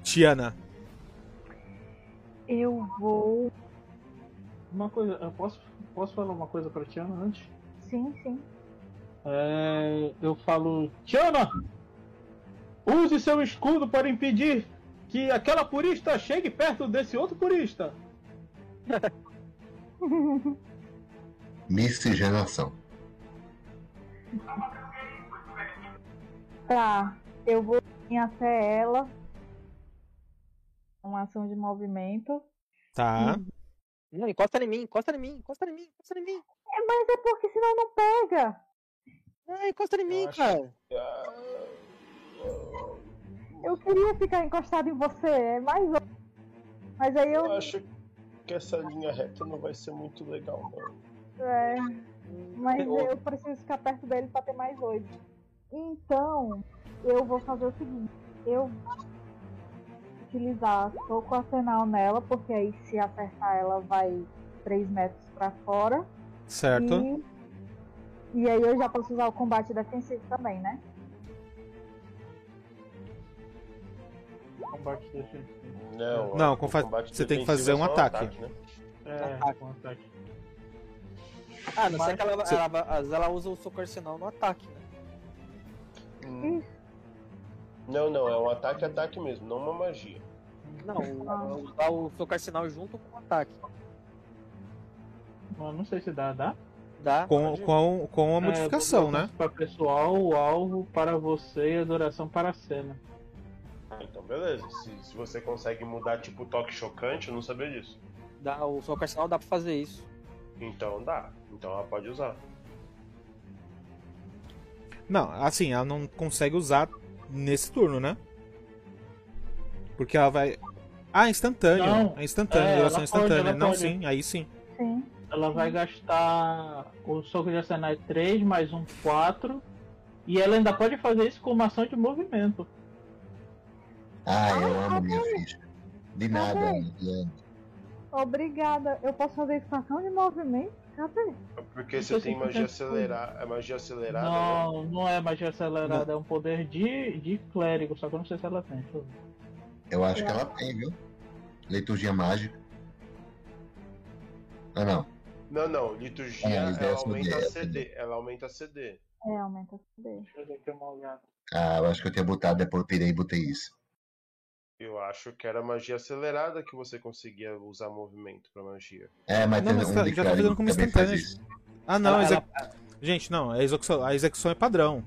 D: Tiana,
H: Eu vou.
B: Uma coisa, eu posso, posso falar uma coisa pra Tiana antes?
H: Sim, sim.
B: É, eu falo: Tiana, use seu escudo para impedir que aquela purista chegue perto desse outro purista.
C: Miscigenação.
H: Tá, eu vou vir até ela. Uma ação de movimento.
D: tá?
E: Não, encosta em mim, encosta em mim, encosta em mim, encosta em mim.
H: É, mas é porque senão não pega.
E: Ah, encosta em mim,
A: acho-
E: cara.
A: Ah,
H: Eu queria ficar encostado em você, é mais ou Mas aí eu.
A: Eu acho que essa linha reta não vai ser muito legal, não.
H: é, mas
E: Tem outro.
H: eu preciso ficar perto dele pra ter mais oito. Então, eu vou fazer o seguinte: eu vou utilizar soco arsenal nela, porque aí se apertar ela vai 3 metros pra fora. Hum.
D: Certo.
H: E, e aí eu já posso usar o combate defensivo também, né?
B: Combate defensivo.
A: Não,
D: Não,
A: o
D: confa-
A: combate
D: você tem
A: defensivo
D: que fazer
A: é só
D: um ataque.
A: né?
B: É,
E: Ataque.
B: com ataque.
E: Ah, não sei
B: Mas-
E: que ela,
D: Cê-
E: ela, às vezes ela usa o soco arsenal no ataque, né?
A: Hum. Não, não, é um ataque, ataque mesmo, não uma magia.
E: Não, o-
H: Ah.
E: ela usa o soco arsenal junto com o ataque.
B: Bom, não sei se dá, dá?
E: Dá?
D: Com, com,
B: É,
D: com a modificação, né?
B: Para pessoal, o alvo para você e adoração para a cena.
A: Ah, Então, beleza. Se, se você consegue mudar, tipo, toque chocante, eu não sabia disso.
E: dá o soco arsenal dá pra fazer isso.
A: Então dá. Então ela pode usar.
D: Não, assim, ela não consegue usar nesse turno, né? Porque ela vai. Ah, instantâneo.
B: Não,
D: É instantâneo,
B: é, ela
D: duração
B: pode,
D: instantânea.
B: ela
D: Não,
B: pode.
D: sim, aí sim.
H: Sim.
B: Ela vai gastar o soco de arsenal é 3, mais um 4. E ela ainda pode fazer isso com uma ação de movimento.
C: Ah, eu amo minha ficha.
E: Tá
C: De nada, Diana.
H: Obrigada. Eu posso fazer expansão de movimento? Cadê?
A: Porque você
B: Isso
A: tem
B: significa
A: magia
B: que-
A: acelerada. É magia acelerada, né?
B: Não, não é magia acelerada, é um poder de, de clérigo, só que eu não sei se ela tem. Deixa eu ver.
C: Eu acho
E: Tá.
C: que ela tem, viu? Liturgia mágica. Ah, não.
A: Não, não. Liturgia,
C: É, mas
A: ela
C: essa
A: aumenta a
C: daí é
A: CD. Ela aumenta a CD.
H: É, aumenta o CD.
B: Deixa eu ver aqui uma olhada.
C: Ah, eu acho que eu tinha botado, depois eu pirei e botei isso.
A: Eu acho que era magia acelerada que você conseguia usar movimento pra magia.
C: É, mas
D: Não,
C: tem
D: mas
C: um
D: tá-
C: de
D: já tá
C: clérigo
D: fazendo como
C: que também faz
D: instantâneo.
C: isso.
D: Ah, não,
B: Ela-
D: exe- Gente, não, a execução, a execução é padrão.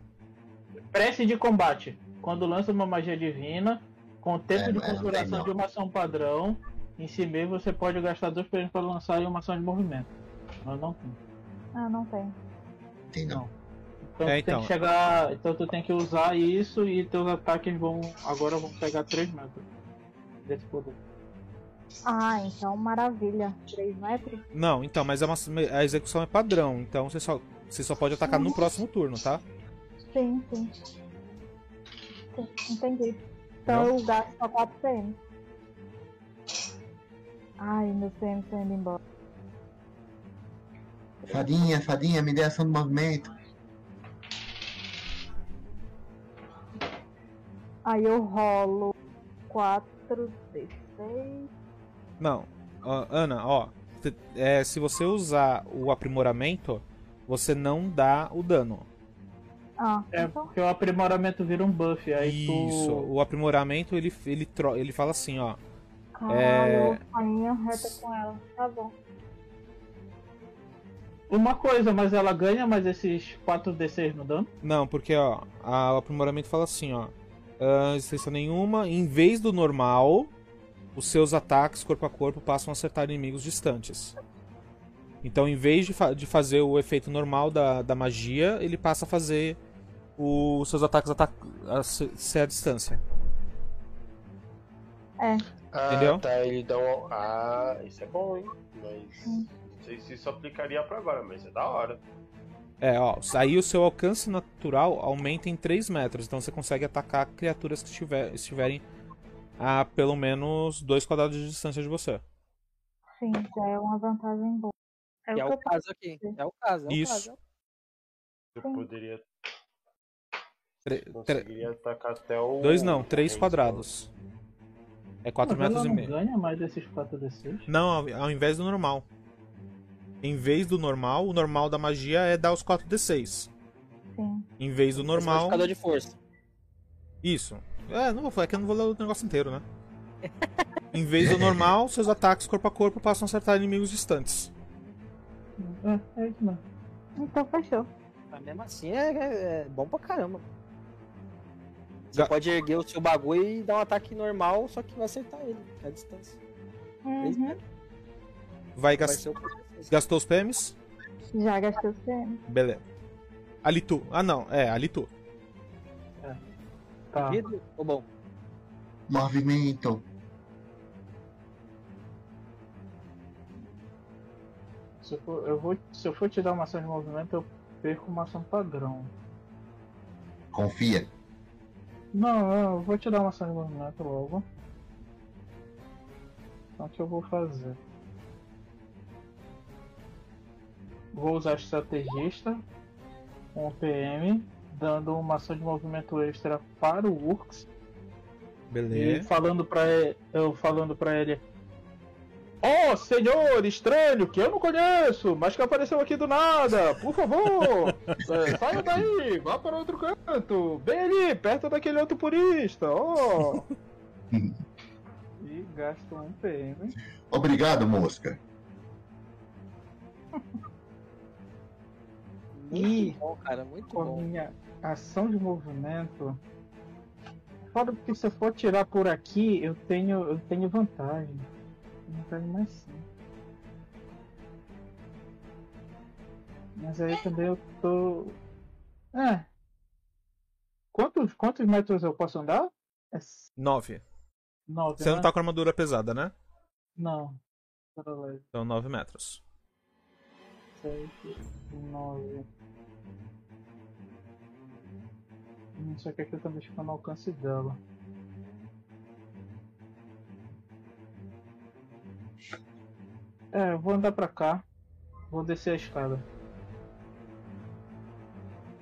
B: Prece de combate. Quando lança uma magia divina, com o tempo
C: É,
B: de
C: mas não tem,
B: configuração
C: não.
B: de uma ação padrão, em si mesmo você pode gastar dois períodos para lançar em uma ação de movimento. Mas não tem.
H: Ah, não tem.
C: Tem não.
B: Então,
D: É,
B: tu tem
D: então.
B: que chegar. Então tu tem que usar isso e teus ataques vão. Agora vão pegar 3 metros desse poder.
H: Ah, então maravilha. 3 metros?
D: Não, então, mas é uma- a execução é padrão, então você só, você só pode atacar no próximo turno, tá?
H: Sim, sim. Sim, Entendi. Então
D: Não?
H: eu gasto só 4 PM. Ai, meu PM tá indo embora.
C: Fadinha, fadinha, me dê ação de movimento.
H: Aí eu rolo 4 D6.
D: Não, ó, Ana, ó, te- é, se você usar o aprimoramento, você não dá o dano.
H: Ah,
B: É
H: então.
B: porque o aprimoramento vira um buff. Aí
D: Isso,
B: tu.
D: o aprimoramento ele, ele, tro- ele fala assim, ó.
B: Ah, é.
H: Caralho, rainha reta com ela. Tá bom.
B: Uma coisa, mas ela ganha mais esses 4d6 no dano.
D: Não, porque ó, a- o aprimoramento fala assim, ó. ah, resistência nenhuma, em vez do normal, os seus ataques corpo a corpo passam a acertar inimigos distantes. Então, em vez de, fa- de fazer o efeito normal da, da magia, ele passa a fazer o- os seus ataques ata a se- ser à distância.
A: Ah,
D: Entendeu?
A: tá. Ele dá um. Ah, isso é bom, hein? Mas. Não sei se isso aplicaria pra agora, mas é da hora.
D: É, ó, aí o seu alcance natural aumenta em 3 metros, então você consegue atacar criaturas que estiver- estiverem a pelo menos 2 quadrados de distância de você.
H: Sim, já é uma vantagem boa. É
E: Que é
H: o que
E: o
H: eu
E: caso aqui. É o caso, é o
D: Isso.
E: caso.
A: Você
H: Sim.
A: poderia.
D: Tre- tre-
A: Conseguiria atacar até o.
D: Dois não, três
A: Então,
D: quadrados. É 4
B: Mas ela
D: metros e
B: não
D: meio.
B: ganha mais esses 4d6.
D: Não, ao- ao invés do normal. Em vez do normal, o normal da magia é dar os 4d6.
H: Sim.
D: Em vez do
E: Esse
D: normal.
E: modificador de força.
D: Isso. É, não vou falar, é que eu não vou ler o negócio inteiro, né? em vez do normal, seus ataques corpo a corpo passam a acertar inimigos distantes.
B: É, é isso mesmo.
H: Então fechou.
E: Mas mesmo assim é, é- é bom pra caramba. Você
D: Ga-
E: pode erguer o seu bagulho e dar um ataque normal, só que vai acertar ele, à distância. Três
H: Uhum.
E: metros,
D: Vai
E: Vai
D: gastar.
E: ser o processo.
D: Gastou os PMs?
H: Já gastei os PM.
D: Beleza. Ali tu. Ah não, é, ali tu.
B: Tá.
E: Vidro? Ou bom,
C: Movimento.
B: Se eu, for, eu vou, se eu for te dar uma ação de movimento, eu perco uma ação padrão.
C: Confia.
B: Não, não, eu vou te dar uma ação de movimento logo. Então, o que eu vou fazer? Vou usar estrategista um com o PM, dando uma ação de movimento extra para o Urx.
D: Beleza. Né?
B: E falando pra ele, eu falando pra ele. Ó, senhor estranho, que eu não conheço, mas que apareceu aqui do nada, por favor, é, saia daí, vá para outro canto, bem ali, perto daquele outro purista, ó. e gasta um PM.
C: Obrigado, mosca.
E: Muito bom, cara, muito
B: Com a
E: bom.
B: minha ação de movimento. Claro que se eu for tirar por aqui, eu tenho, eu tenho vantagem. Vantagem mais sim. Mas aí também eu tô. É. Quantos, quantos metros eu posso andar? É
D: 9.
B: nove,
D: Você não
B: né?
D: tá com armadura pesada, né?
B: Não. Pera lá,
D: Então 9 metros.
B: 7, 9. Hum, Só que aqui eu também fico no alcance dela. É, eu vou andar pra cá. Vou descer a escada.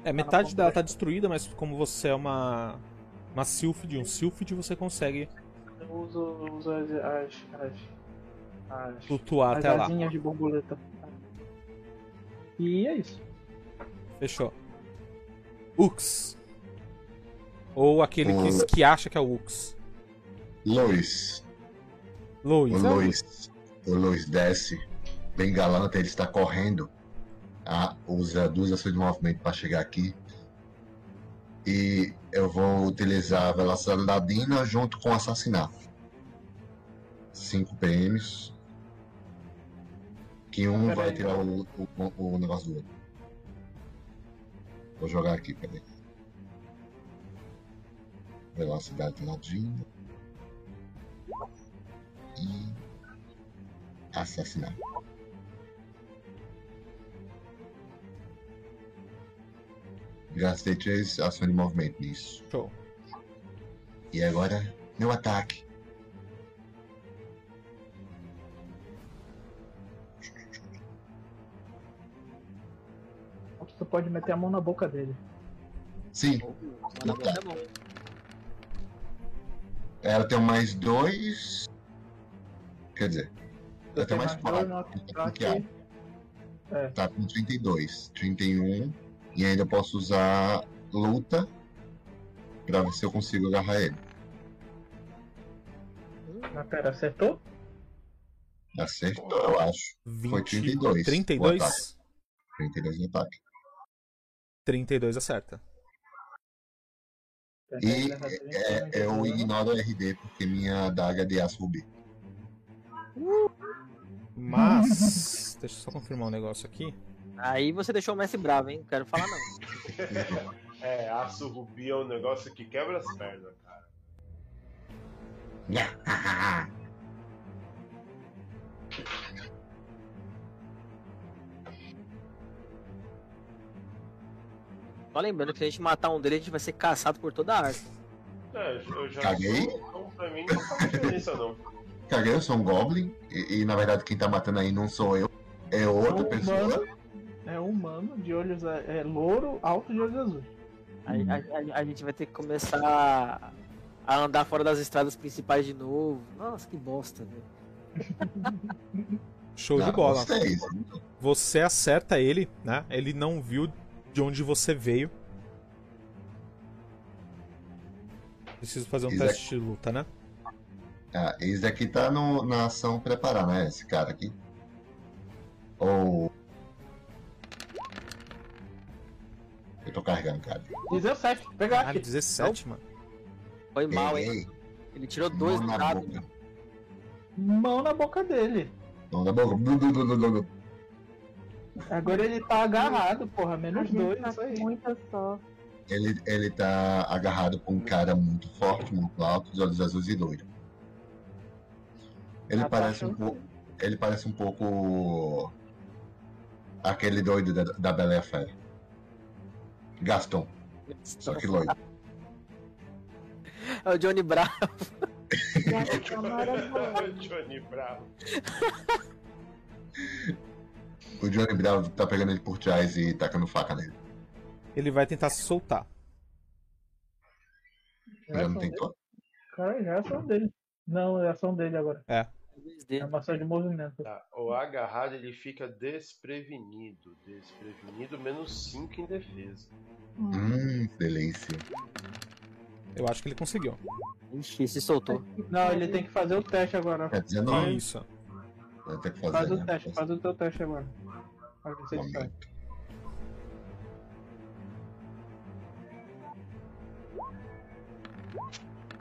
D: É, metade dela tá destruída, mas como você é uma. Uma Sylphid, um Sylphid, você consegue
B: Eu uso, eu uso as. as. as. as,
D: flutuar
B: as
D: até lá.
B: asinhas de borboleta. E é isso.
D: Fechou. Ux. Ou aquele
C: Hum.
D: que, que acha que é o Ux.
C: Lois. O
D: Lois.
C: Hum,
D: é o Ux.
C: Lois. O Lois desce. Bem galante, ele está correndo. Ah, usa duas ações de movimento para chegar aqui. E eu vou utilizar a velocidade ladina junto com o assassinato. 5 PMs. Que um
B: Pera
C: vai
B: aí.
C: tirar o, o, o negócio do outro. Vou jogar aqui, peraí. Velocidade ladina. E. Assassinar. Gastei três ações de movimento nisso.
D: Show.
C: E agora, meu ataque.
B: Tu pode meter a mão na boca dele.
C: Sim,
E: Mano, tá
C: é
E: bom.
C: ela tem mais dois. Quer dizer, ela tem mais
B: dois
C: quatro.
B: no
C: Tá
B: ataque.
C: bloqueado. Tá com 32, 31. E ainda posso usar luta pra ver se eu consigo agarrar ele.
B: Ah, pera, acertou?
C: Acertou, eu acho.
D: 20,
C: Foi 32.
D: 32?
C: 32 no ataque.
D: 32 acerta.
C: E é, eu ignoro o RD porque minha adaga é de aço rubi.
D: Mas. deixa eu só confirmar um negócio aqui.
E: Aí você deixou o mestre bravo, hein? Não quero falar não.
A: É, aço rubi é um negócio que quebra as pernas, cara.
E: Só lembrando que se a gente matar um dele, a gente vai ser caçado por toda a arte.
A: É, eu já
C: Caguei.
A: sou- Então, pra mim não faz diferença, não.
C: Caguei, eu sou um goblin. E, e, na verdade quem tá matando aí não sou eu. É outra
B: Não,
C: pessoa.
B: mano. um É um humano de olhos. a- É louro, alto de olhos azuis.
E: A, a- a- a gente vai ter que começar a, a andar fora das estradas principais de novo. Nossa, que bosta, velho.
D: Show
C: Não,
D: de bola.
C: vocês.
D: Você acerta ele, né? Ele não viu de onde você veio. Preciso fazer um
C: Isaac.
D: teste de luta, né?
C: Ah, esse daqui tá no, na ação preparar, né? Esse cara aqui. Ou. Eu tô carregando, cara.
B: 17, pegar
D: Caralho,
B: aqui.
D: 17, mano.
E: Foi mal, hein?
C: Ei,
E: Ele tirou dois
C: mão
E: do
C: na
E: dado.
C: boca.
B: Mão na boca dele.
C: Mão na boca. Blu, blu, blu, blu, blu.
B: Agora ele tá agarrado, porra.
H: A
B: Menos
H: gente
B: dois,
H: tá
B: isso aí.
H: com muita sorte.
C: Ele, ele tá agarrado com um cara muito forte, muito alto, de olhos azuis e doido. Ele
B: Tá
C: parece um
B: atacando.
C: pouco. Ele parece um pouco. Aquele doido da, da Bela e a Fera. Gaston, só que loiro.
E: É o Johnny Bravo.
H: E a questão era é tá
B: Tá
H: boa.
A: Johnny Bravo.
C: O Johnny Bravo tá pegando ele por trás e tacando faca nele.
D: Ele vai tentar se soltar.
B: É
C: Já não tentou?
B: Caralho, é a ação dele. Não, é a ação dele agora.
E: Talvez
B: É
E: dele.
B: uma ação de movimento.
A: Tá, O agarrado ele fica desprevenido. Desprevenido, menos 5 em defesa.
C: Hum, delícia.
D: Eu acho que ele conseguiu.
E: Ixi, se soltou.
B: Não, ele tem que fazer o teste agora.
C: É 19.
D: Isso.
C: Vai ter que fazer.
B: Faz
C: né?
B: o teste, faz o teu teste agora. Pra ver se ele sai.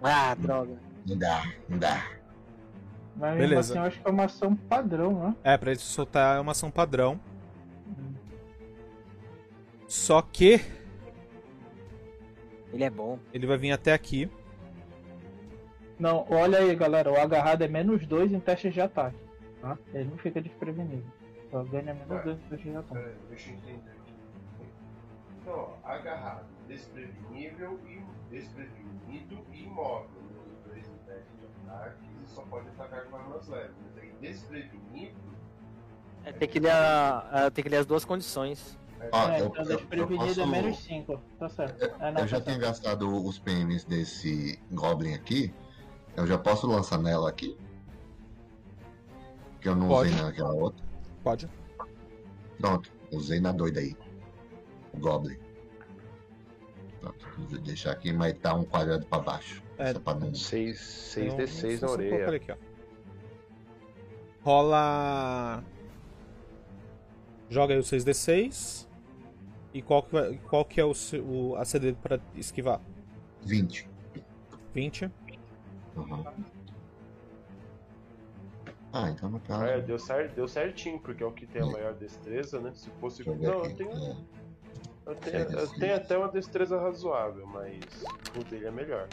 E: Ah, droga.
C: Não dá, não dá.
B: Mas mesmo
D: Beleza.
B: assim, eu acho que é uma ação padrão, né?
D: É, pra ele se soltar é uma ação padrão. Só que
E: Ele é bom.
D: ele vai vir até aqui.
B: Não, olha aí, galera. O agarrado é menos 2 em testes de ataque. Tá? Ele não fica desprevenido. Só ganha
C: É.
B: menos 2 em testes de ataque.
A: Pera aí, deixa eu entender aqui. Então, ó, agarrado, desprevenível e desprevenido e imóvel. Menos 2 em teste de ataque e só pode atacar com armas leves. Mas aí desprevenido.
E: É, tem, que ler a- a- tem que ler as duas condições.
C: Ó,
B: É,
C: Ah, eu,
B: então
C: eu- eu
B: desprevenido é
C: posso-
B: menos 5. Tá certo. É, não,
C: eu já
B: tá
C: tenho gastado os PMs desse Goblin aqui. Eu já posso lançar nela aqui? Que eu não
D: Pode.
C: usei naquela outra.
D: Pode.
C: Pronto, usei na doida aí. O Goblin. Pronto, vou deixar aqui, mas tá um quadrado pra baixo.
D: É.
C: Só pra não.
I: 6,
D: Então,
I: 6d6
D: só-
I: na
D: só
A: é
D: colocar
I: orelha.
D: Aqui, ó. Rola. Joga aí o 6d6. E qual que, vai- qual que é o, se- o- a CD pra esquivar?
C: 20.
D: 20.
C: Uhum. Ah, então no caso.
A: É, deu, cer deu certinho, porque é o que tem a maior destreza, né? Se fosse.
C: Deixa eu
A: Não, um- eu
C: ver aqui.
A: tenho,
C: É.
A: eu tenho, eu tenho até uma destreza razoável, mas o dele é melhor.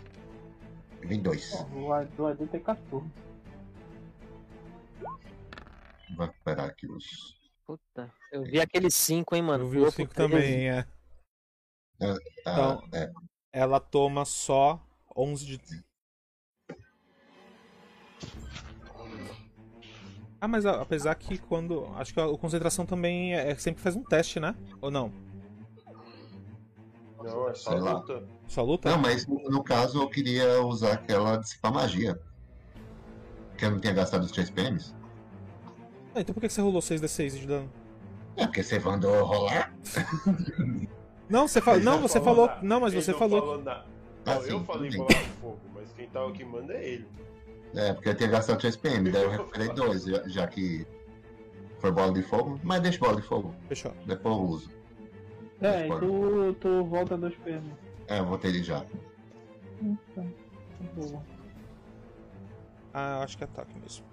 C: É, 22.
B: certo. O AD o AD tem 14.
C: Vou recuperar aqui os.
E: Puta. Eu vi aquele 5, hein, mano.
D: Eu vi o
E: Louco, tá
D: 5
E: treze.
D: também, é.
C: Ah,
D: Então-
C: é.
D: Ela toma só 11 de. Ah, mas a- apesar que quando. Acho que a a concentração também é, é sempre faz um teste, né? Ou não?
A: Não, é só
C: Sei lá.
A: luta.
D: Só luta?
C: Não, mas no no caso eu queria usar aquela dissipar magia. Que eu não tinha gastado os 3 PMs.
D: Ah, Então por que que você rolou 6d6 de dano?
C: É porque você mandou rolar.
D: Não, você falou.
A: Ele
D: Não, você falou.
A: nada.
D: Não, mas
A: Ele
D: você
A: não
D: falou.
A: nada. Não,
C: Ah,
A: eu
C: sim,
A: falei
C: tudo bem.
A: bola de fogo, mas quem tá aqui manda é ele.
C: É, porque eu tinha gastado 3 PM, daí eu recuperei 2, já, já que foi bola de fogo. Mas deixa bola de fogo,
D: Fechou.
C: depois eu uso.
B: É, e
C: Pode.
B: tu, tu volta 2 PM.
C: É, eu voltei ele já.
B: Boa.
D: Ah, eu acho que é ataque mesmo.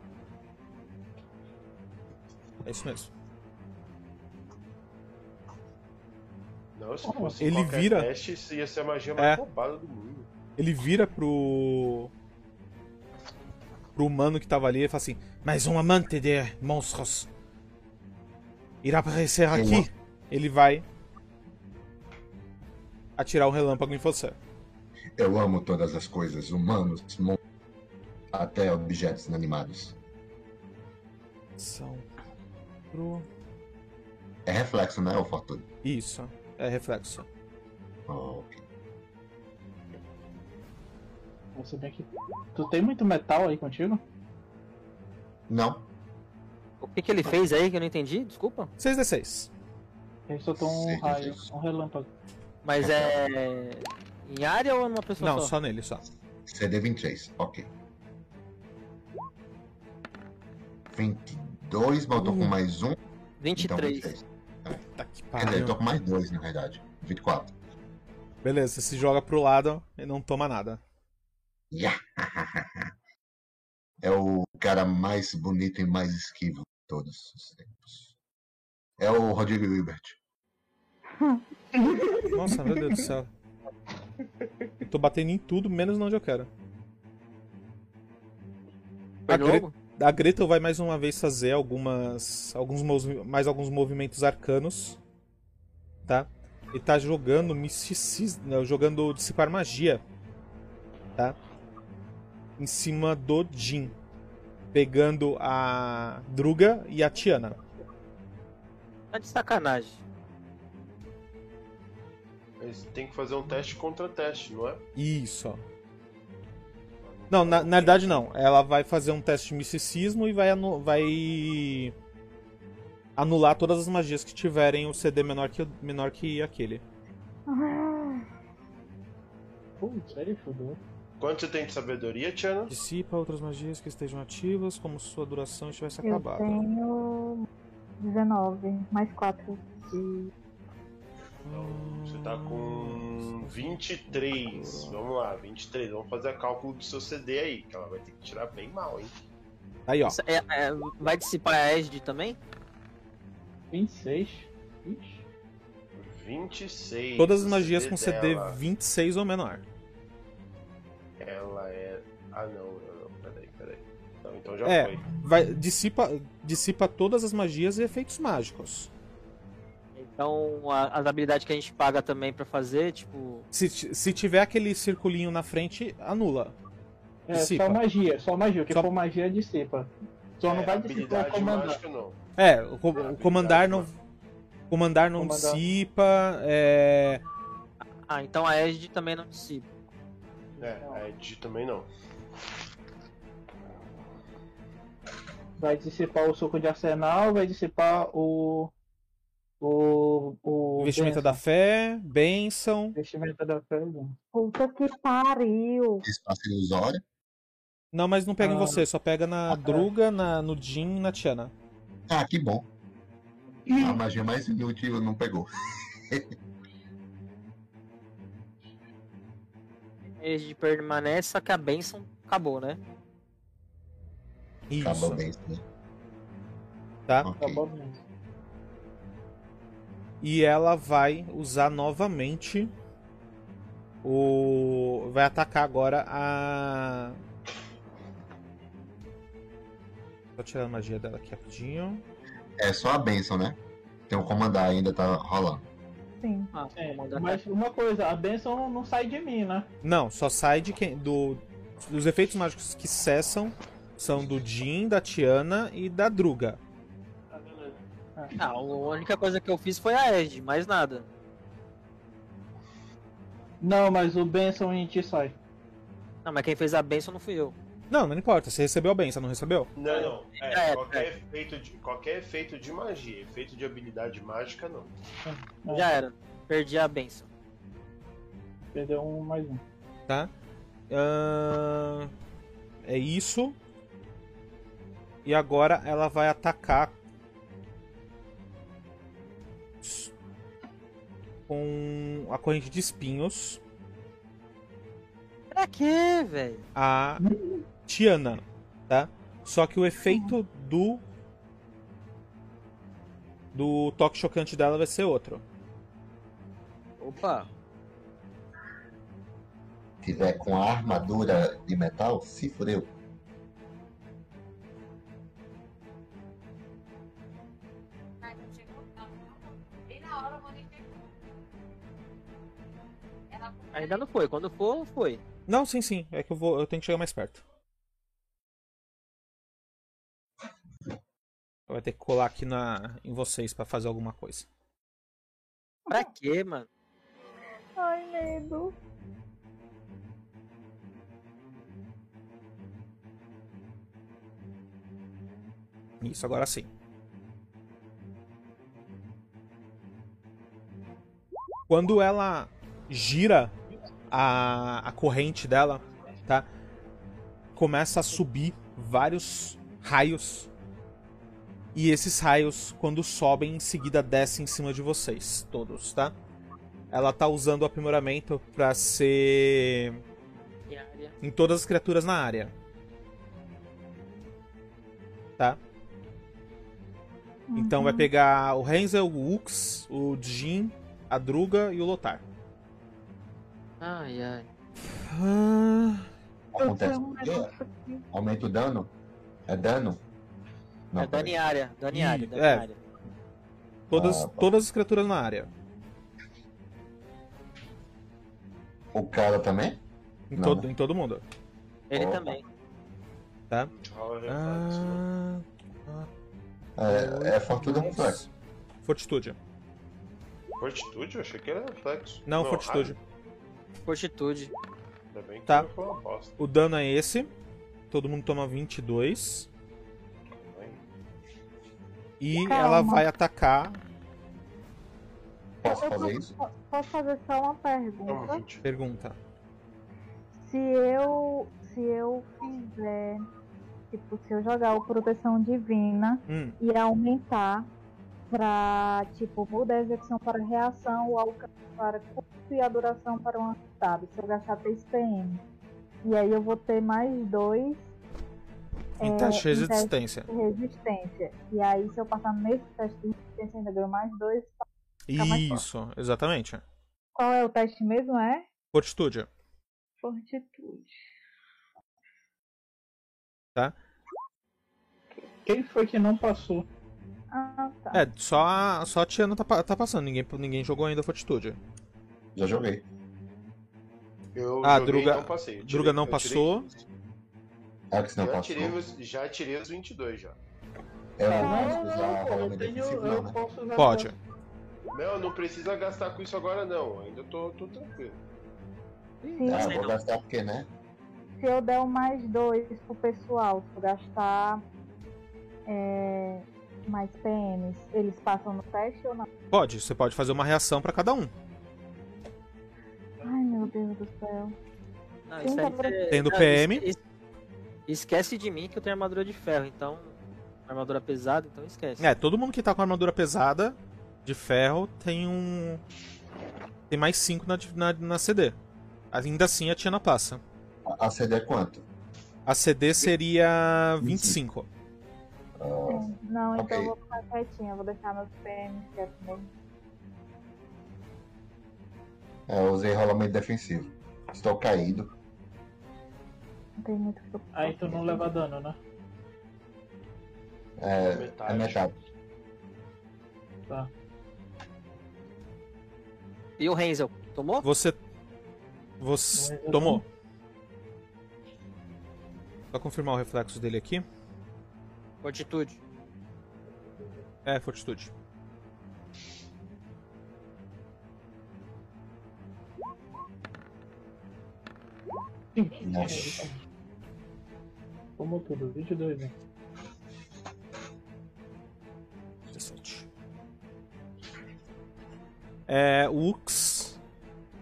D: É isso mesmo.
A: Não, se fosse
D: Oh, Ele
A: qualquer
D: vira.
A: teste, isso ia ser a magia mais
D: É.
A: roubada do mundo.
D: Ele vira pro. pro humano que tava ali e fala assim: Mais um amante de monstros irá aparecer aqui. Ele vai. atirar um relâmpago em você.
C: Eu amo todas as coisas, humanos, mon- até objetos inanimados.
D: São. pro.
C: É reflexo, né, ô Fortuna?
D: Isso. É reflexo.
C: Oh, ok.
B: Você bem que. Tu tem muito metal aí contigo?
C: Não,
E: O que, que ele fez aí que eu não entendi? Desculpa.
D: 6d6.
B: Ele soltou um
C: Sei,
B: raio,
C: Jesus.
B: um relâmpago.
E: Mas é. Em área ou numa pessoa
D: Não,
E: só?
D: só nele, só.
C: CD23, ok. 22, mas eu tô com
D: Hum.
C: mais um. Então,
E: 23.
C: 23.
D: Tá que
C: Quer dizer, então- eu tô
D: pariu.
C: com mais dois, na verdade. 24.
D: Beleza, você se joga pro lado e não toma nada.
C: Yeah. É o cara mais bonito e mais esquivo de todos os tempos. É o Rodrigo Hilbert.
D: Nossa, meu Deus do céu. Eu tô batendo em tudo, menos onde eu quero. A,
E: Foi Tá de
D: Gre
E: novo?
D: a Gretel vai mais uma vez fazer algumas. alguns movi- mais alguns movimentos arcanos. Tá? E tá jogando misticismo. não, jogando dissipar magia. Tá? Em cima do Jin. Pegando a Druga e a Tiana.
E: Tá de sacanagem.
A: Mas tem que fazer um teste contra teste, não é?
D: Isso, ó.
A: Pra não
D: Não, na, na verdade não. Ela vai fazer um teste de misticismo e vai, anu- vai anular todas as magias que tiverem o CD menor que, menor que aquele.
H: Ah,
B: Putz, aí fudeu.
A: Quanto você tem de sabedoria, Tiana?
D: Dissipa outras magias que estejam ativas, como sua duração estivesse
H: eu
D: acabada.
H: tenho 19, mais 4 de.
A: Então, você tá com 23. Vamos lá, 23. Vamos fazer o cálculo do seu CD aí, que ela vai ter que tirar bem mal, hein?
D: Aí, ó.
E: Isso é- é- vai dissipar a Esd também?
B: 26. Ixi.
A: 26.
D: Todas as
A: o
D: magias com CD
A: dela.
D: 26 ou menor.
A: Ela é. Ah, não, não, não. Peraí, peraí. Não, então já
D: É.
A: foi.
D: Vai, dissipa, dissipa todas as magias e efeitos mágicos.
E: Então a- as habilidades que a gente paga também pra fazer, tipo.
D: Se, ti- se tiver aquele circulinho na frente, anula.
B: É,
D: Dissipa.
B: só magia, só magia. O que
D: Só-
B: for magia dissipa. Só não
A: É,
B: vai dissipar
A: habilidade
B: comandar.
A: mágica, não.
D: É, o, co- o comandar não.
A: né?
D: Comandar não
B: Comandar.
D: dissipa. É,
E: Ah, então a Esd também não dissipa.
A: É, a Ed também não.
B: Vai dissipar o suco de arsenal, vai dissipar o. O. O.
D: vestimenta
B: benção.
D: da fé, bênção.
B: Vestimenta da fé. né? bom.
H: Puta que pariu!
C: Espaço ilusório.
D: Não, mas não pega em
B: Ah.
D: você, só pega na Druga, na, no Jin e na Tiana.
C: Ah, que bom. A magia mais inútil não pegou.
E: A Esd permanece, só que a benção acabou, né?
D: Isso.
C: Acabou bem, né?
D: Tá.
C: Ok.
B: Acabou mesmo.
D: E ela vai usar novamente o. Vai atacar agora a. Vou tirar a magia dela aqui rapidinho.
C: É só a benção, né? Tem o comandar ainda tá rolando.
H: Sim.
E: Ah,
B: É,
E: comandar
B: mas uma coisa, a benção não sai de mim, né?
D: Não, só sai de quem. Do... Dos efeitos mágicos que cessam são do Jin, da Tiana e da Druga.
E: Ah, a única coisa que eu fiz foi a Edge, mais nada.
B: Não, mas o benção em ti sai.
E: Não, mas quem fez a benção não fui eu.
D: Não, não importa, você recebeu a benção, não recebeu?
A: Não, não.
E: É,
A: É,
E: é.
A: qualquer, Efeito de, qualquer efeito de magia, efeito de habilidade mágica, não.
B: Não,
E: Já era. Perdi a benção.
B: Perdeu um mais um.
D: tá? Ahn, é isso. E agora ela vai atacar s- com a corrente de espinhos
E: Pra quê, velho?
D: a Tiana, tá? Só que o efeito do do toque chocante dela vai ser outro.
E: Opa.
C: Se tiver com a armadura de metal, se fudeu.
E: Ainda não foi. Quando for, foi.
D: Não, sim, sim, é que eu vou, eu tenho que chegar mais perto. Vai ter que colar aqui na em vocês pra fazer alguma coisa.
B: Ah.
E: Pra quê, mano?
F: um
H: Ai, medo.
D: Isso, agora sim. Quando ela gira a, a corrente dela, tá? Começa a subir vários raios. E esses raios, quando sobem, em seguida descem em cima de vocês, todos, tá? Ela tá usando o aprimoramento pra ser em todas as criaturas na área. Tá? Então
H: Uhum.
D: vai pegar o Renzel, o Ux, o Jin, a Druga e o Lotar.
E: Ai, ai.
C: Ah. Acontece.
F: Então,
H: Eu tenho um negócio aqui.
C: Aumenta o dano? É dano? Não,
E: é Dani área, Dani
D: Ih,
E: área, Dani
D: é.
E: área.
D: Todas,
C: Ah, tá.
D: todas as criaturas na área.
C: O cara também?
D: Em,
C: Não,
D: todo,
C: né?
D: em todo mundo.
E: Ele
C: Opa.
E: também.
A: Rola o reflexo, né?
D: Ah,
C: É, é fortuna complexa.
D: fortitude.
A: Fortitude? Eu achei que era reflexo.
D: Não, fortitude.
E: Fortitude.
A: ah, Ainda bem que
D: Tá.
A: foi uma bosta.
D: O dano é esse. Todo mundo toma 22.
A: Aí,
D: E
H: Calma.
D: ela vai atacar.
C: Posso
H: Eu
C: fazer
H: tô-
C: isso?
H: po- Posso fazer só
A: Toma
H: uma pergunta?
A: 20.
D: Pergunta.
H: Se eu, se eu fizer, tipo, se eu jogar o Proteção Divina
D: Hum,
H: e aumentar pra, tipo, mudar a execução para reação, o alcance para curto e a duração para uma cidade, se eu gastar 3 PM. E aí eu vou ter mais dois
D: em
H: É,
D: taxa de
H: em teste.
D: distância.
H: de resistência. E aí se eu passar nesse teste de resistência, eu ainda ganho mais dois. mais forte.
D: Isso, exatamente.
H: Qual é o teste mesmo? É?
D: Fortitude.
F: Fortitude.
B: Quem foi que não passou?
H: Ah, tá.
D: É, só a, só a Tiana tá, pa- tá passando. Ninguém, ninguém jogou ainda Fortitude.
C: Já joguei.
A: Eu
D: Ah,
A: joguei,
D: Druga-
A: não passei. Eu
D: Druga não
A: eu
D: passou.
A: 15.
C: Claro É que você não
A: já,
C: passou.
A: tirei os, já tirei os 22 já.
C: Eu
B: Ah,
C: É, não posso usar
B: pô,
C: rolamento
B: eu tenho.
C: defensivo,
B: eu
C: não, né?
B: posso usar.
D: Pode.
A: Não, não precisa gastar com isso agora não. Ainda tô, tô tranquilo.
H: Sim.
C: Ah,
H: Não
C: eu vou gastar porque, né?
H: se eu der o mais dois pro pessoal, se eu gastar é, mais PMs, eles passam no teste ou não?
D: Pode, você pode fazer uma reação pra cada um.
H: Ai meu Deus do céu.
E: Não,
H: Sim,
E: isso
H: tá
E: aí é...
D: Tem do
E: não,
D: PM.
E: es- es- Esquece de mim que eu tenho armadura de ferro, então. Armadura pesada, então esquece.
D: É, todo mundo que tá com armadura pesada de ferro tem um. Tem mais 5 na, na, na CD. Ainda assim a Tiana passa.
C: A a CD é quanto?
D: A CD seria 25.
C: Ah,
H: Não, então
C: Ok.
H: eu vou ficar quietinha, eu vou deixar meus PMs quietos mesmo.
C: é, eu usei rolamento defensivo. Estou caído.
H: Não tem muito o que eu
B: Aí tu não leva dano, né?
C: É,
A: Metade.
C: é metade.
E: E o Renzel, tomou?
D: Você. Você.
B: Eu- eu-
D: Tomou. Só confirmar o reflexo dele aqui.
E: Fortitude.
D: É, fortitude.
C: Nossa.
B: Como tudo, 22. né?
D: 17. É, o Ux.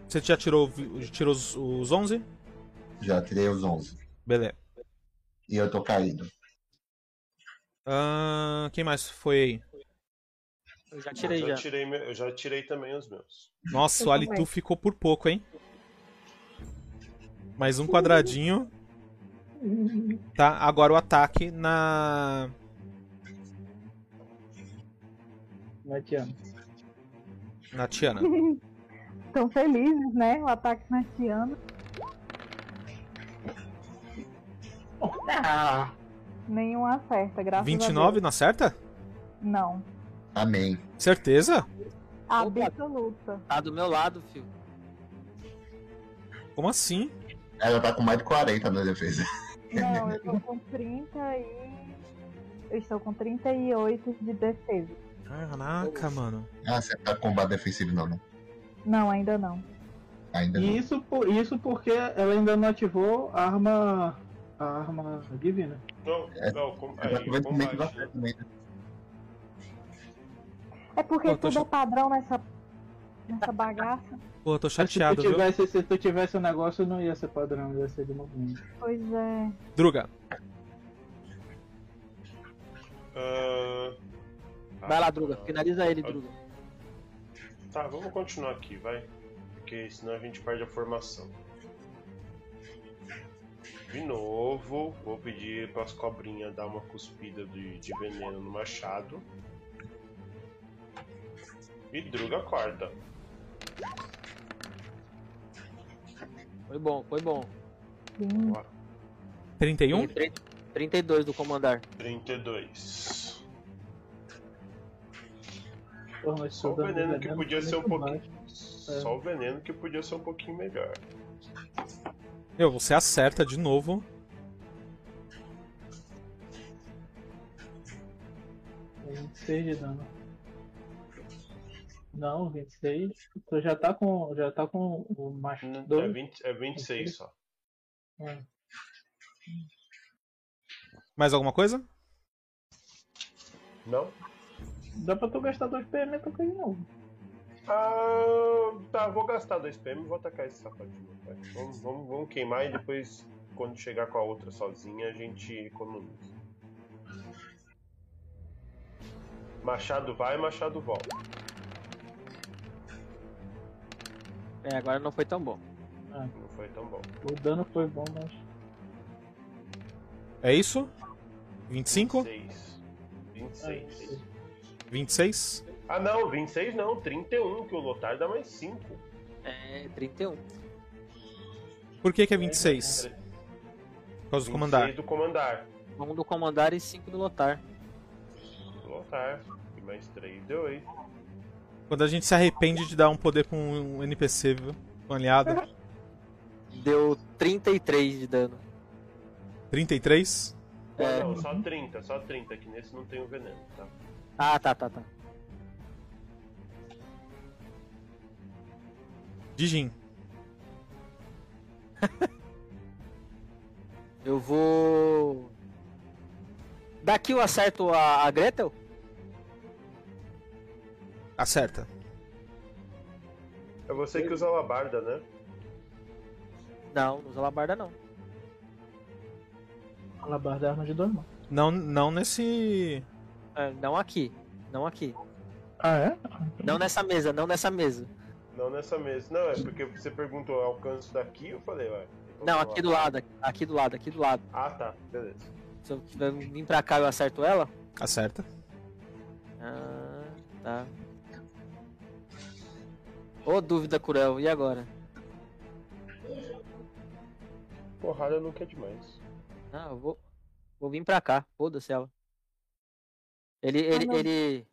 D: Você já tirou, vi- tirou os, os 11?
C: Já tirei os 11.
D: Beleza.
C: E eu tô caído.
D: Ahn, quem mais foi aí?
E: Eu já tirei
A: eu,
E: já.
A: já tirei me- eu já tirei também os meus.
D: Nossa,
H: Eu
D: o Alitu
H: também.
D: ficou por pouco, hein? Mais um quadradinho. Tá, agora o ataque na.
B: Não adianta.
D: Na Tiana.
H: Estão felizes, né? O ataque na Tiana.
B: Ah,
H: Nenhum acerta, graças a
D: 29
H: Deus.
D: não acerta?
H: Não.
C: Amém.
D: Certeza?
H: Absoluta.
E: Tá do meu lado, filho.
D: Como assim?
C: Ela tá com mais de 40 na defesa.
H: Não, eu tô com 30 e. Eu estou com 38 de defesa.
D: Caraca, mano.
C: Ah, você tá com combate defensivo não, né?
H: Não, ainda não.
C: Ainda
B: e
C: não.
B: isso, por, isso porque ela ainda não ativou a arma. A arma né? divina.
A: Não,
C: É,
A: não, com,
C: Ela
A: aí,
C: vai comer que vai
A: combate.
C: também. né?
H: É porque
D: Eu tô
H: tudo
D: cha-
H: é padrão nessa, nessa bagaça.
D: Porra, tô
B: Mas
D: chateado,
B: se,
D: viu?
B: tu tivesse, se tu tivesse o negócio, não ia ser padrão, ia ser de movimento.
H: Pois é.
D: Druga,
A: Ah, tá.
E: Vai lá, Druga. Finaliza ele, Druga.
A: Tá, vamos continuar aqui, vai. Porque senão a gente perde a formação. De novo, vou pedir para as cobrinhas dar uma cuspida de, de veneno no machado. E Druga corta.
E: Foi bom, foi bom.
H: Sim.
D: 31?
E: E tre- 32 do comandar.
A: 32.
B: Porra, mas
A: Só
B: tô
A: o
B: dando
A: veneno que podia ser um
B: muito
A: pouquinho.
B: baixo.
A: Só o veneno que podia ser um pouquinho melhor.
D: Meu, você acerta de novo.
B: É 26 de dano. Não, 26. Tu já tá com. Já tá com o macho
A: N- É,
B: dois.
A: 20, é 26 só.
B: É.
D: Mais alguma coisa?
A: Não?
B: Dá pra tu gastar 2 PM pra coisa de novo.
A: Ah, tá, vou gastar 2 PM e vou atacar esse sapatinho. vai. Vamos, vamos, vamos queimar e depois, quando chegar com a outra sozinha, a gente economiza. Machado vai, machado volta.
E: É, agora não foi tão bom.
A: Não foi tão bom.
B: O dano foi bom, mas.
D: É isso? 25?
A: 26. 26.
B: Ai,
D: 26?
A: Ah, não, 26 não, 31, que o Lotar dá mais 5.
E: É, 31.
D: Por que, que é 26? Por causa do comandar.
A: do comandar.
E: Um do comandar e cinco do lotar.
A: Lotar. E mais 3 deu 8.
D: Quando a gente se arrepende de dar um poder pra um NPC, viu? Um aliado.
E: Deu 33 de dano.
D: 33?
E: É.
A: Ah, Não, só 30, só 30, que nesse não tem o veneno, tá?
E: Ah, tá, tá, tá.
D: Dijin.
E: Eu vou. Daqui eu acerto a, a Gretel?
D: Acerta.
A: É você que usa a alabarda, né?
E: Não, não usa alabarda não.
B: Alabarda é arma de dois mãos.
D: Não, não nesse.
E: É, não aqui. Não aqui.
B: Ah, é?
E: Não nessa mesa, não nessa mesa.
A: Não nessa mesa. Não, é porque você perguntou alcance daqui, eu falei, ué. então
E: Não,
A: tá
E: aqui do
A: lá.
E: lado, aqui do lado, aqui do lado.
A: Ah, tá, beleza.
E: Se eu tiver- vir pra cá eu acerto ela?
D: Acerta.
E: Ah, tá. Ô dúvida cruel, e agora?
A: Porrada nunca é demais.
E: Ah, eu vou. Vou vir pra cá. Foda-se ela. Ele. Ele.
H: não.
E: ele,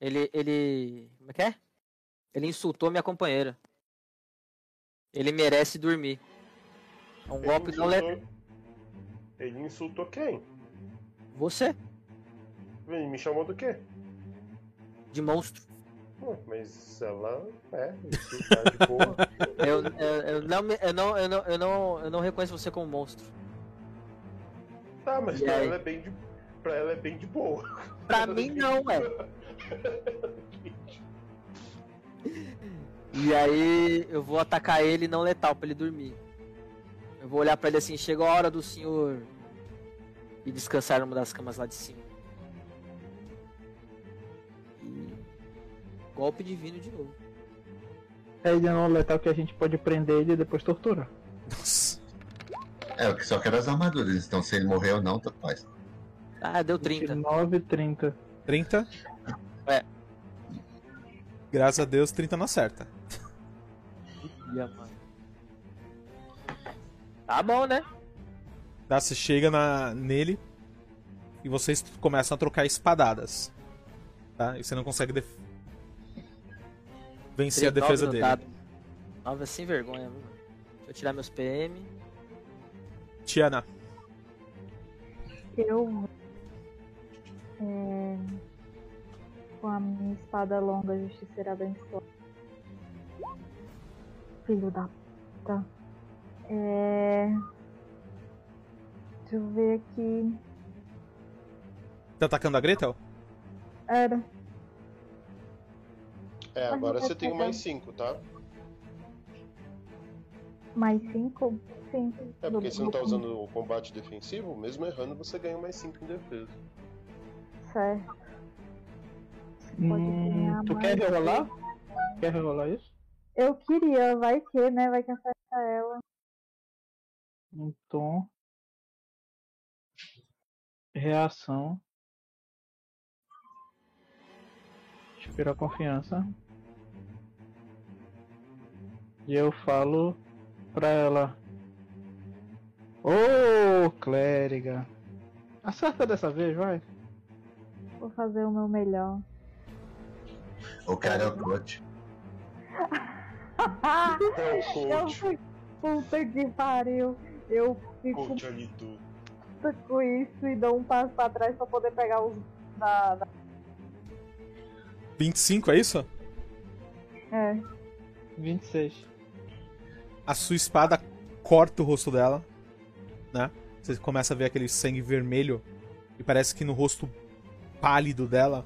E: ele. Ele. Como é que é? Ele insultou minha companheira. Ele merece dormir. É um golpe não letal.
A: Ele insultou quem?
E: Você?
A: Ele me chamou do quê?
E: De monstro.
A: Hum, mas ela é, insultar de boa.
E: Eu, eu, eu não, me- eu, não, eu, não, eu, não, eu não reconheço você como monstro.
A: Tá, mas
E: E
A: pra
E: aí?
A: ela é bem de. Pra ela é bem de boa.
E: Pra mim não, ué. E aí eu vou atacar ele não letal pra ele dormir. Eu vou olhar pra ele assim, chegou a hora do senhor e descansar numa das camas lá de cima. E... Golpe divino de novo.
B: É ele não letal que a gente pode prender ele e depois torturar.
D: Nossa.
C: É, eu só quero as armaduras, então se ele morrer ou não, tanto faz.
E: Ah, deu
D: Uhum.
E: 30.
B: 29, 30.
D: 30?
E: É.
D: Graças a Deus, 30 não acerta.
E: Ih, mano. Tá bom, né?
D: Tá, você chega na, nele e vocês começam a trocar espadadas. Tá? E você não consegue def- vencer é a
E: Nove
D: defesa
E: no
D: dele.
E: dado. Nove é sem vergonha, viu? mano? Deixa eu tirar meus PM.
D: Tiana,
H: Eu vou, é, com a minha espada longa, justiceira abençoada. Filho da puta. É, deixa eu ver aqui.
D: tá atacando a Gretel?
H: Era.
A: É,
H: Mas
A: agora
H: não
A: você tem
H: pega.
A: mais 5, tá?
H: Mais cinco? Sim.
A: É porque você não tá usando o combate defensivo, mesmo errando você ganha mais 5 em defesa.
H: Certo. Pode né,
B: Hum,
H: ganhar
B: tu
H: mais
B: quer rolar? Quer rolar isso?
H: Eu queria, vai que, né? Vai que acerta ela.
B: Então. Reação. Inspira confiança. E eu falo pra ela. Ô, clériga. Acerta dessa vez, vai.
H: Vou fazer o meu melhor.
C: O cara é o coach.
A: É o
H: Ah, Eu
A: coach,
H: fui- Puta que pariu. Eu fico
A: coach ali do.
H: puta com isso e dou um passo pra trás pra poder pegar os da. da-
D: 25, é isso?
H: É.
B: 26.
D: A sua espada corta o rosto dela. né? Você começa a ver aquele sangue vermelho e parece que no rosto pálido dela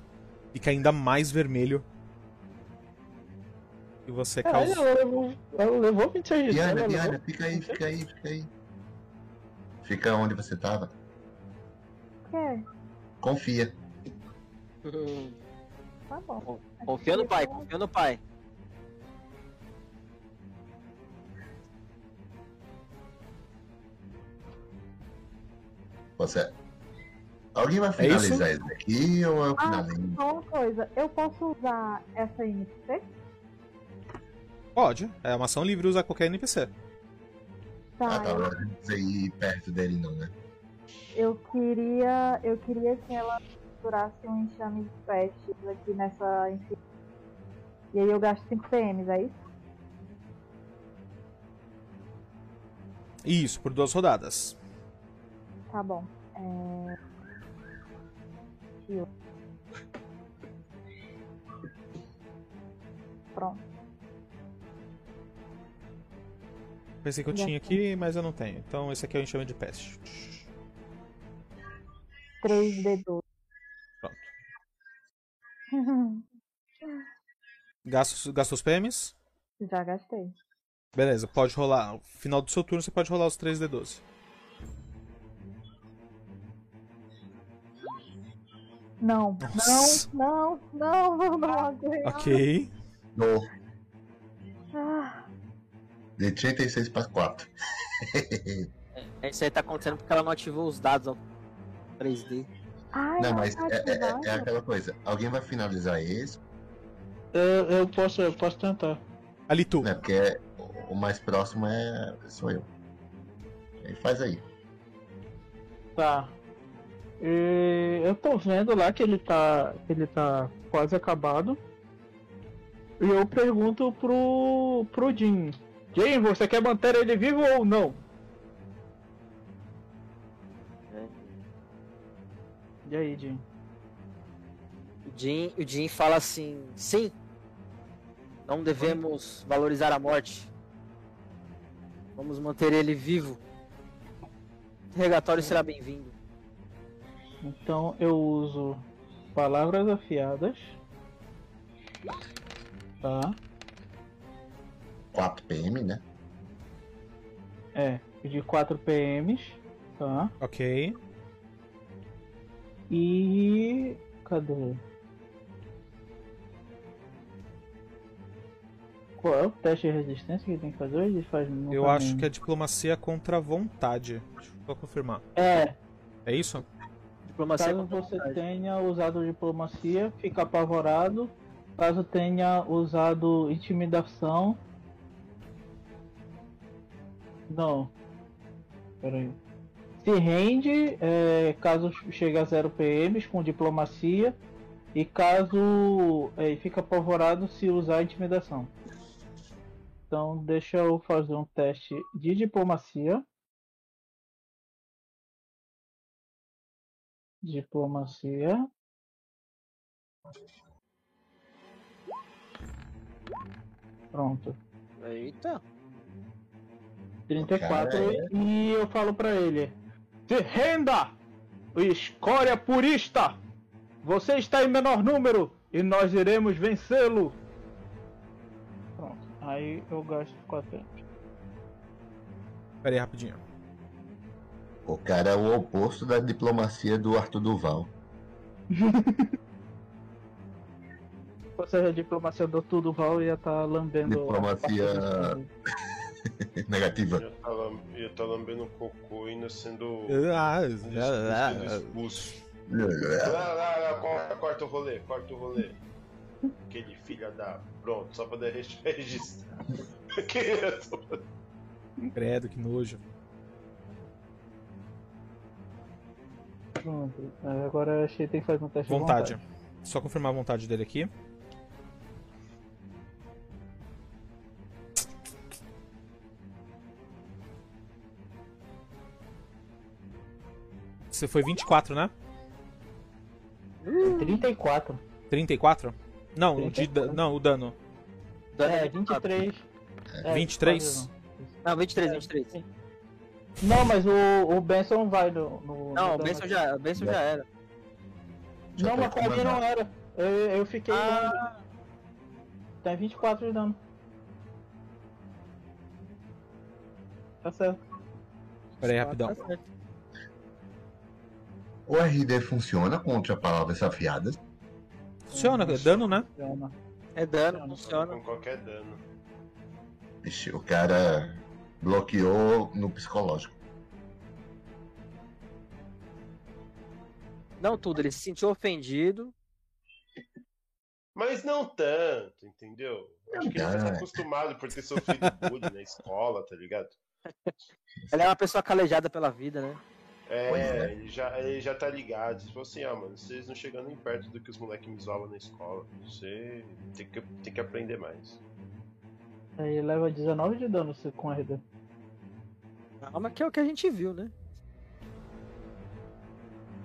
D: fica ainda mais vermelho. E você
B: Caralho,
D: causa.
B: ela levou, ela levou 26 de dano.
C: É, Diana,
B: ela
C: Diana,
B: levou-
C: fica aí, fica aí, fica aí. Fica onde você tava.
H: O que é?
C: Confia.
H: Tá bom.
E: confia no pai, confia no pai.
C: Você. Alguém vai finalizar isso aqui ou eu
H: Ah,
C: finalizo?
H: só uma coisa. Eu posso usar essa NPC?
D: Pode, é uma ação livre usar qualquer NPC.
H: Tá,
C: Ah, tá.
H: eu,
C: Agora não precisa ir perto dele, não, né?
H: eu queria. Eu queria que ela durasse um enxame de pets aqui nessa. enfim. E aí eu gasto 5 PMs, é isso?
D: Isso, por duas rodadas.
H: Tá bom. É... Tio. Pronto.
D: Pensei que eu
H: Já
D: tinha aqui, mas eu não tenho. Então esse aqui é o enxame de peste.
H: 3D12.
D: Pronto. Gastos, gastos PMs?
H: Já gastei.
D: Beleza, pode rolar. No final do seu turno você pode rolar os 3D12.
H: Não,
D: Nossa.
H: não, não, não, não aguento.
D: Ok.
C: No,
H: Ah,
C: de 36 para 4.
E: É, Isso aí tá acontecendo porque ela não ativou os dados ó, 3D.
H: Ai,
C: Não, mas
H: tá
C: é, é- é-
H: ativado.
C: é aquela coisa. Alguém vai finalizar isso,
B: Eu, eu posso, eu posso tentar.
D: Ali tu.
C: né? Porque o- o mais próximo é. sou eu. Ele faz aí.
B: Tá. E eu tô vendo lá que ele tá. que ele tá quase acabado. E eu pergunto pro. pro Jim. Jim, você quer manter ele vivo ou não? E aí, Jim?
E: O Jin, o Jin fala assim: sim, não devemos valorizar a morte. Vamos manter ele vivo. O interrogatório será bem-vindo.
B: Então eu uso palavras afiadas. Tá.
C: 4 PM, né?
B: É. De 4 PMs. Tá.
D: Ok.
B: E. Cadê? Qual é o teste de resistência que ele tem que fazer? Ou ele faz no
D: Eu
B: caminho?
D: acho que é diplomacia contra a vontade. Deixa eu só confirmar.
B: É,
D: É isso?
E: Diplomacia
B: caso
E: com
B: Tá, você
E: vontade.
B: tenha usado diplomacia, fica apavorado. Caso tenha usado intimidação. Não. Peraí. Se rende, é, caso chegue a 0 PMs com diplomacia. E caso é, fica apavorado se usar intimidação. Então deixa eu fazer um teste de diplomacia. Diplomacia. Pronto.
E: Eita.
B: 34.
C: Cara, é.
B: E eu falo pra ele: Se renda! Escória purista! Você está em menor número e nós iremos vencê-lo! Pronto. Aí eu gasto 400.
D: Pera aí rapidinho.
C: O cara é o oposto da diplomacia do Arthur Duval.
B: Ou seja, a diplomacia do tudo Val ia estar tá lambendo. a
C: Diplomacia-
B: parte do-
C: Negativa.
A: Eu tá, lam- eu tá lambendo cocô e ainda sendo.
D: Ah,
A: sendo expulso. Lá, lá, lá, corta, corta o rolê, corta o rolê. Aquele filho da. Pronto, só pra dar regis- registrar. Que isso?
D: credo, que nojo.
B: Pronto. É, Agora achei que tem que fazer um teste
D: Vontade.
B: de vontade.
D: Só confirmar a vontade dele aqui. Você foi 24, né?
B: 34.
D: 34? Não, o de,
B: 34.
D: não, o dano.
E: Dano
B: É,
E: de vontade.
B: 23. É,
D: 23?
E: Não, 23, 23.
B: Não, mas o, o Benson vai no. no
E: Não,
B: no
E: o Benson
B: dano.
E: já, o Benson já era.
C: Já
B: Não,
C: tá
B: mas pra mim não
C: incomodado.
B: era. Eu, eu fiquei.
E: Ah.
B: dando- Tá em 24 de dano. Tá certo.
D: Pera aí, rapidão.
E: Tá certo.
C: O RD funciona contra palavras afiadas.
D: Funciona, é dano, né?
B: Funciona.
E: É dano, funciona.
A: Com qualquer dano.
C: Ixi, o cara bloqueou no psicológico.
E: Não tudo, ele se sentiu ofendido.
A: Mas não tanto, entendeu? Acho que ele já tá
C: Ah.
A: acostumado por ter sofrido bullying na escola, tá ligado?
E: Ela é uma pessoa calejada pela vida, né?
C: Pois
A: É,
C: é.
A: ele já, ele já tá ligado. Ele falou assim, ah, mano, vocês não chegam nem perto do que os moleques me zoavam na escola. Você tem que, tem que aprender mais.
B: Aí leva 19 de dano se- com RD.
E: Ah, mas que é o que a gente viu, né?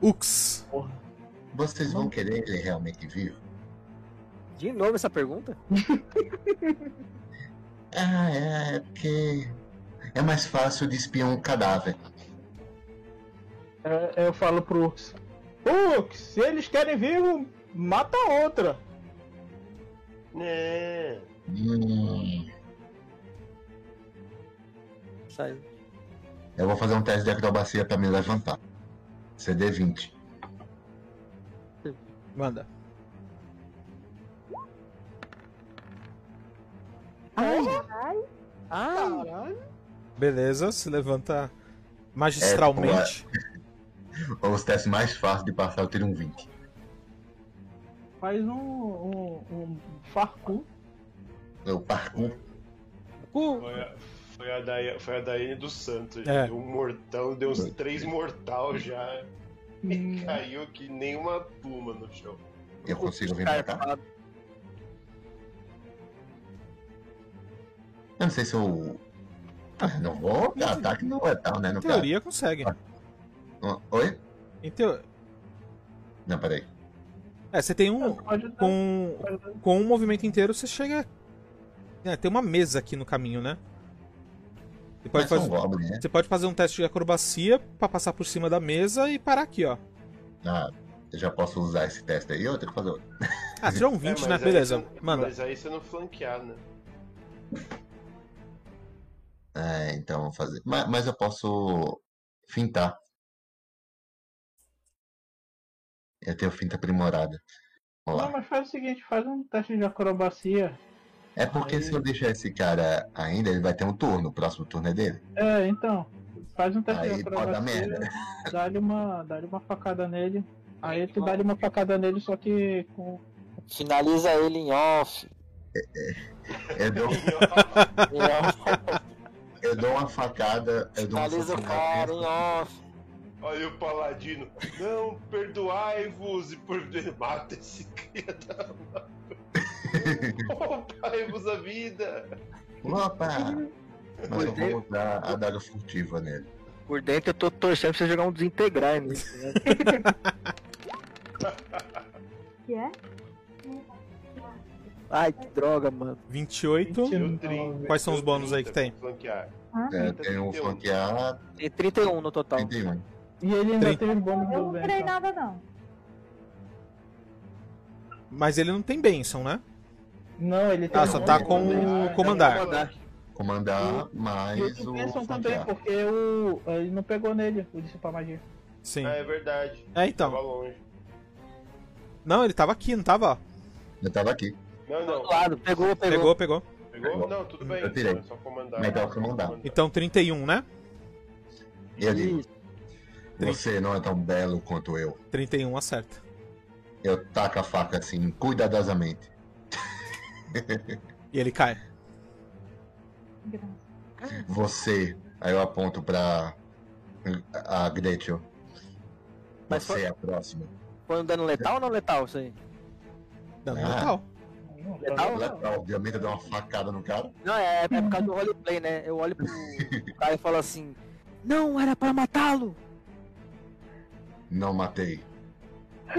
D: Ux.
C: Vocês vão querer ele realmente vivo?
E: De novo essa pergunta?
C: Ah, é, é porque é mais fácil de espiar um cadáver.
B: É, eu falo pro Ux. Ux, se eles querem vivo, mata outra.
A: É.
C: Hum,
E: Sai.
C: eu vou fazer um teste de acrobacia pra me levantar. CD 20.
D: Manda.
E: Ah,
D: Beleza, se levanta magistralmente.
C: Os testes mais fáceis de passar, eu tiro um 20.
B: Faz um. um, um farcu.
C: Eu parkour.
E: cu.
A: Foi a, foi a, Daiane, foi a Daiane do Santos. Ele
D: É.
A: Deu um mortão, deu uns três mortal já. E caiu que nem uma pluma no chão.
C: Eu consigo vir pra cá?
E: Escarpado.
C: Eu não sei se eu. Ah, não vou. Ataque não Ah. é tal, né? No
D: Em
C: caso.
D: teoria consegue.
C: Oi?
D: Em teo-
C: Não, peraí.
D: É, você tem um.
B: Pode dar.
D: Com, com um movimento inteiro você chega. É, tem uma mesa aqui no caminho, né? Você pode,
C: Mas são
D: fazer,
C: goblins, né?
D: você pode fazer um teste de acrobacia pra passar por cima da mesa e parar aqui, ó.
C: Ah, eu já posso usar esse teste aí, eu tenho que fazer outro.
D: Ah, tirou um
A: É,
D: 20,
A: mas
D: né?
A: aí
D: Beleza,
A: você-
D: manda.
A: Mas aí você não flanquear, né?
C: Ah, então eu vou fazer. Mas, mas eu posso fintar. Eu tenho finta aprimorada. Vamos
B: Não,
C: lá.
B: mas faz o seguinte, faz um teste de acrobacia.
C: É porque se eu deixar esse cara ainda, ele vai ter um turno. O próximo turno é dele.
B: É, então. Faz um teste de
C: Aí pode dar
B: acrobacia.
C: merda.
B: Dá-lhe uma, dá uma facada nele. Aí tu dá-lhe uma facada nele, só que com.
E: Finaliza ele em off.
C: Eu dou,
E: Em off.
C: eu dou uma facada. Eu dou uma
E: Finaliza o
C: facada.
E: cara em off.
A: Olha o paladino. Não, perdoai-vos e por mata esse cria da Poupai-vos a vida.
C: Opa! Mas eu vou usar a daga furtiva nele.
E: Por dentro eu tô torcendo pra você jogar um desintegrar nisso. né?
H: Que é?
E: Ai, que droga, mano.
D: 28.
A: Deu 30.
D: Quais são os
A: deu
D: bônus aí que
A: 30
D: tem?
A: pra Flanquear.
C: É, eu tenho um
A: 31.
C: flanquear
E: Tem 31 no total.
C: 31.
B: E ele ainda
D: Trinta.
B: tem os bônus
H: Eu
B: do
H: não
B: bem.
H: tirei
B: então.
H: nada, não.
A: um.
D: Mas ele não tem benção, né?
B: Não, ele tem.
D: Ah,
B: os
D: só
B: bônus
D: tá
B: do
D: com
B: bem.
D: o comandar.
C: Comandar mais
B: E o
C: o.
B: Benson também,
C: flanquear.
B: porque o. Ele não pegou nele, o dissipar magia.
D: Sim.
A: Ah, é verdade.
D: É,
A: Tava
D: então.
A: longe.
D: Não, ele tava aqui, não tava?
C: Eu tava aqui.
A: Não,
E: Do
C: um.
A: não.
E: lado, pegou,
D: Pegou,
E: pegou.
D: pegou.
A: Pegou? Não, tudo bem.
C: Eu tirei.
A: É só comandar.
C: Mas dá o comandar.
D: Então 31, né?
C: E eu digo,
E: Isso.
C: você não é tão belo quanto eu.
D: 31 acerta.
C: Eu taco a faca assim, cuidadosamente.
D: E ele cai.
H: Graças.
C: Você. Aí eu aponto pra. A Gretchen.
E: Mas
C: Você
E: foi-
C: é a próxima.
E: Foi um dano letal ou não letal isso aí?
D: Dano
C: Ah.
D: letal.
B: Não,
E: Letal?
C: Ela, obviamente, eu dou uma facada no cara.
E: Não, é, é por causa do roleplay, né? Eu olho pro, pro cara e falo assim: Não, era pra matá-lo!
C: Não matei.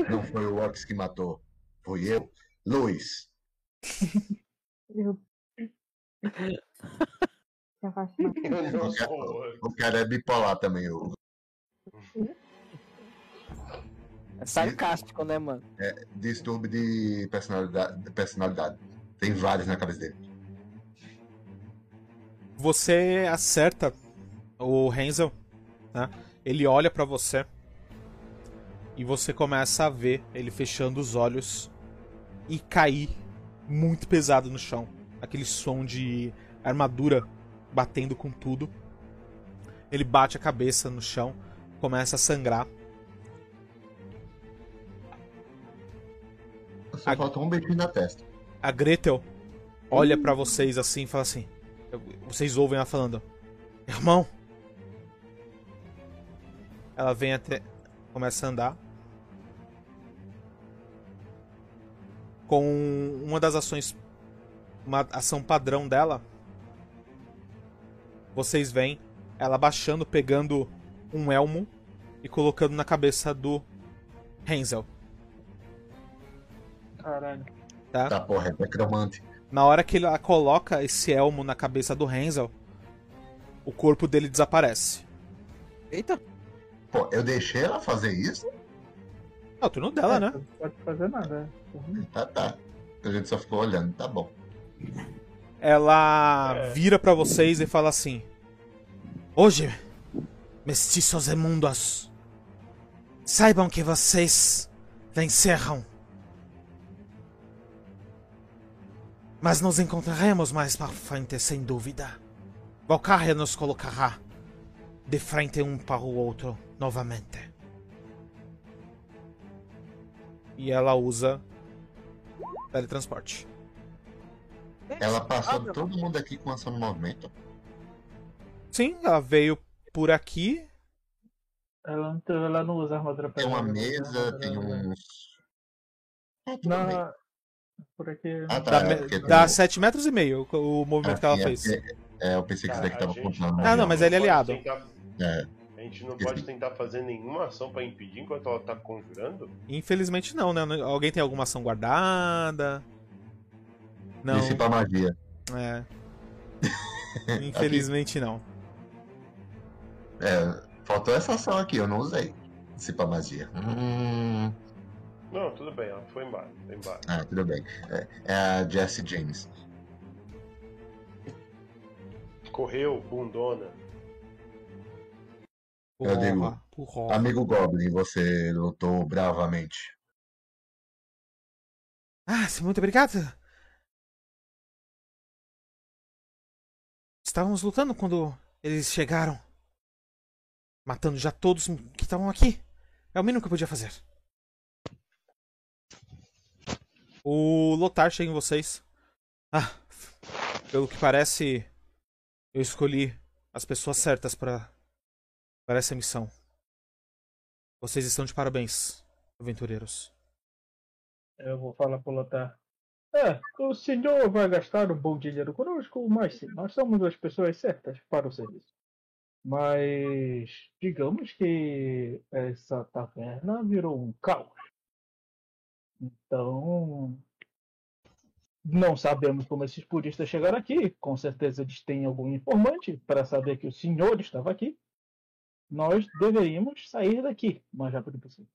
C: Não foi o Ox que matou. Foi eu, Luiz.
H: Eu- se afaste mais.
A: Eu não sou.
C: O cara é bipolar também. O,
E: É sarcástico, né, mano?
C: distúrbio de personalidade, personalidade. Tem vários na cabeça dele.
D: Você acerta o Renzel, né? Ele olha pra você e você começa a ver ele fechando os olhos e cair muito pesado no chão. Aquele som de armadura batendo com tudo. Ele bate a cabeça no chão, começa a sangrar.
C: Só
D: A-
C: falta um beijinho na testa.
D: A Gretel olha pra vocês assim e fala assim: eu- vocês ouvem ela falando, irmão. Ela vem até. começa a andar. Com uma das ações. uma ação padrão dela. Vocês veem ela baixando, pegando um elmo e colocando na cabeça do Hansel.
B: Caralho.
E: Ah.
D: Tá?
C: Tá, porra, é necromante.
D: Na hora que ela coloca esse elmo na cabeça do Hansel, o corpo dele desaparece.
E: Eita,
C: Pô, eu deixei ela fazer isso?
D: É o turno dela, né?
B: Não pode fazer nada.
C: Tá, tá. A gente só ficou olhando, tá bom.
D: Ela
A: É.
D: vira pra vocês e fala assim: Hoje, mestiços imundos, saibam que vocês venceram. Mas nos encontraremos mais pra frente, sem dúvida. Valkyria nos colocará de frente um para o outro novamente. E ela usa teletransporte.
C: Ela passou
E: Abra.
C: todo mundo aqui com ação de movimento.
D: Sim, ela veio por aqui.
B: Ela, não- ela não usa armadura pra né?
C: Tem uma
B: ela,
C: mesa,
B: ela-
C: tem um uns. É, tudo
B: Não,
C: bem.
B: ela- por aqui.
C: Ah, tá.
D: dá
C: é
D: me-
C: porque tem
D: dá
C: um-
D: 7 metros e meio o o movimento que ela
C: Assim, é
D: fez.
C: porque- É, eu pensei que isso daqui
A: A
C: tava
A: gente-
C: contando.
D: Ah, não, mas ele é
A: pode
D: aliado.
A: tentar-
C: É.
A: A gente não pode tentar fazer nenhuma ação pra impedir enquanto ela tá conjurando?
D: Infelizmente não, né? Alguém tem alguma ação guardada? Não.
C: Dissipa a magia.
D: É. Infelizmente não.
C: É, faltou essa ação aqui, eu não usei. Dissipa a magia. Hum.
A: Não, tudo bem, ela foi embora. Foi embora.
C: Ah, tudo bem. É, é a Jessie James.
A: Correu, bundona.
C: Eu Tá digo,
D: Porra, porra.
C: Amigo Goblin, você lutou bravamente.
D: Ah, sim, muito obrigado. Estávamos lutando quando eles chegaram. Matando já todos que estavam aqui. É o mínimo que eu podia fazer. O Lotar chega em vocês. Ah, pelo que parece, eu escolhi as pessoas certas para para essa missão. Vocês estão de parabéns, aventureiros.
B: Eu vou falar pro Lotar. É, o senhor vai gastar um bom dinheiro conosco, mas sim, nós somos as pessoas certas para o serviço. Mas digamos que essa taverna virou um caos. Então, não sabemos como esses puristas chegaram aqui. Com certeza eles têm algum informante para saber que o senhor estava aqui. Nós deveríamos sair daqui o mais rápido possível.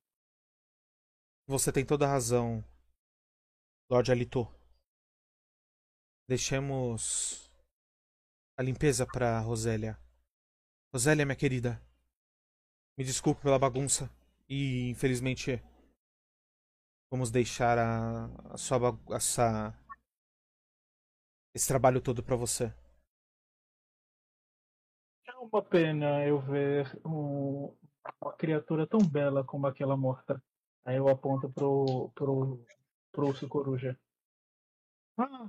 D: Você tem toda a razão, Lorde Alito. Deixemos a limpeza para Rosélia. Rosélia, minha querida, me desculpe pela bagunça e infelizmente vamos deixar a, a sua bagu- essa esse trabalho todo para você.
B: É uma pena eu ver um- uma criatura tão bela como aquela morta. Aí eu aponto pro, pro, pro urso coruja. Ah,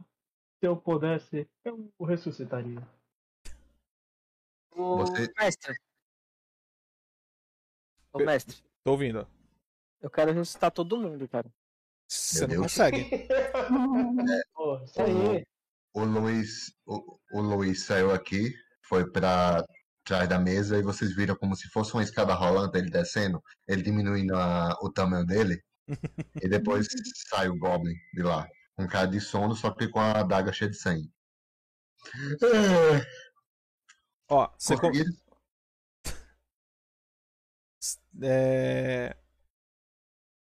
B: se eu pudesse, eu o ressuscitaria.
E: o
C: Você-
E: mestre. Ô, mestre,
D: Tô ouvindo.
E: eu quero ressuscitar todo mundo, cara.
D: Você não
C: Deus.
D: consegue.
B: Pô, isso aí.
C: O Luiz, o, o Luiz saiu aqui, foi pra trás da mesa e vocês viram como se fosse uma escada rolante, ele descendo, ele diminuindo a- o tamanho dele. e depois sai o Goblin de lá, com cara de sono, só que com a adaga cheia de sangue. É,
D: Ó, você. con-
C: Conseguiram?
D: É...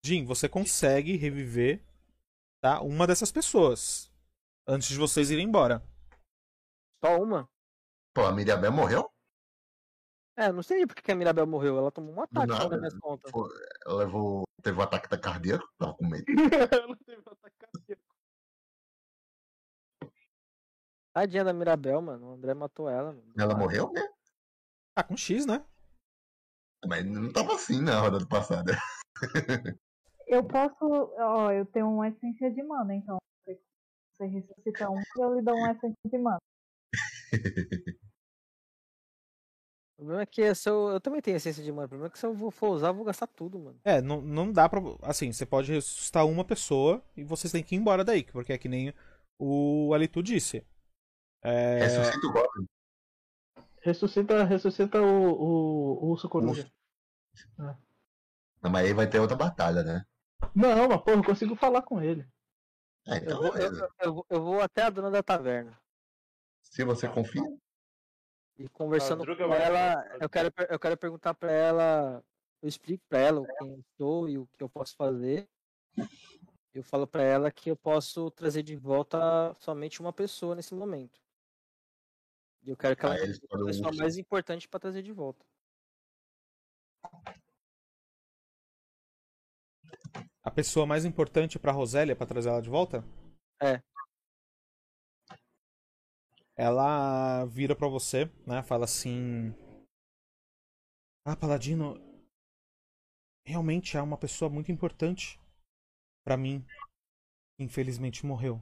D: Jim, você consegue reviver tá, uma dessas pessoas antes de vocês irem embora.
E: Só uma?
C: Pô, a Mirabel morreu?
E: É, não sei porque que a Mirabel morreu. Ela tomou um ataque
C: nada.
E: só das minhas contas.
C: Ela levou. Teve um ataque da cardíaco? Tava com medo.
B: Ela teve um ataque cardíaco.
E: Tadinha da Mirabel, mano. O André matou ela. Mano.
C: Ela morreu, né?
D: Tá com X, né?
C: Mas não tava assim na rodada passada.
H: Eu posso. Ó, eu tenho uma essência de mana, então. se Você ressuscita um e eu lhe dou uma essência de mana.
E: O problema é que se eu, eu também tenho essência de mana. O problema é que se eu vou- for usar, eu vou gastar tudo, mano.
D: É, não, não dá pra. Assim, você pode ressuscitar uma pessoa e vocês têm que ir embora daí, porque é que nem o Alitu disse. É,
C: Ressuscita o Goblin.
B: Ressuscita, ressuscita o, o, o urso coruja.
C: Não, Mas aí vai ter outra batalha, né?
B: Não, mas porra, eu consigo falar com ele.
C: É,
E: Eu
C: então,
E: vou, eu, eu- eu vou- eu vou até a dona da taverna.
C: se você confia,
E: E conversando
A: Madruga
E: com
A: vai-
E: ela,
A: Madruga.
E: eu quero, per- eu quero perguntar pra ela. Eu explico pra ela o quem eu sou e o que eu posso fazer. Eu falo pra ela que eu posso trazer de volta somente uma pessoa nesse momento. E eu quero que ela
C: Aí eles
E: seja a
C: podem
E: pessoa
C: usar.
E: mais importante pra trazer de volta.
D: a pessoa mais importante pra Rosélia, pra trazer ela de volta?
E: É.
D: Ela vira pra você, né? Fala assim. Ah, Paladino. Realmente é uma pessoa muito importante pra mim. Infelizmente morreu.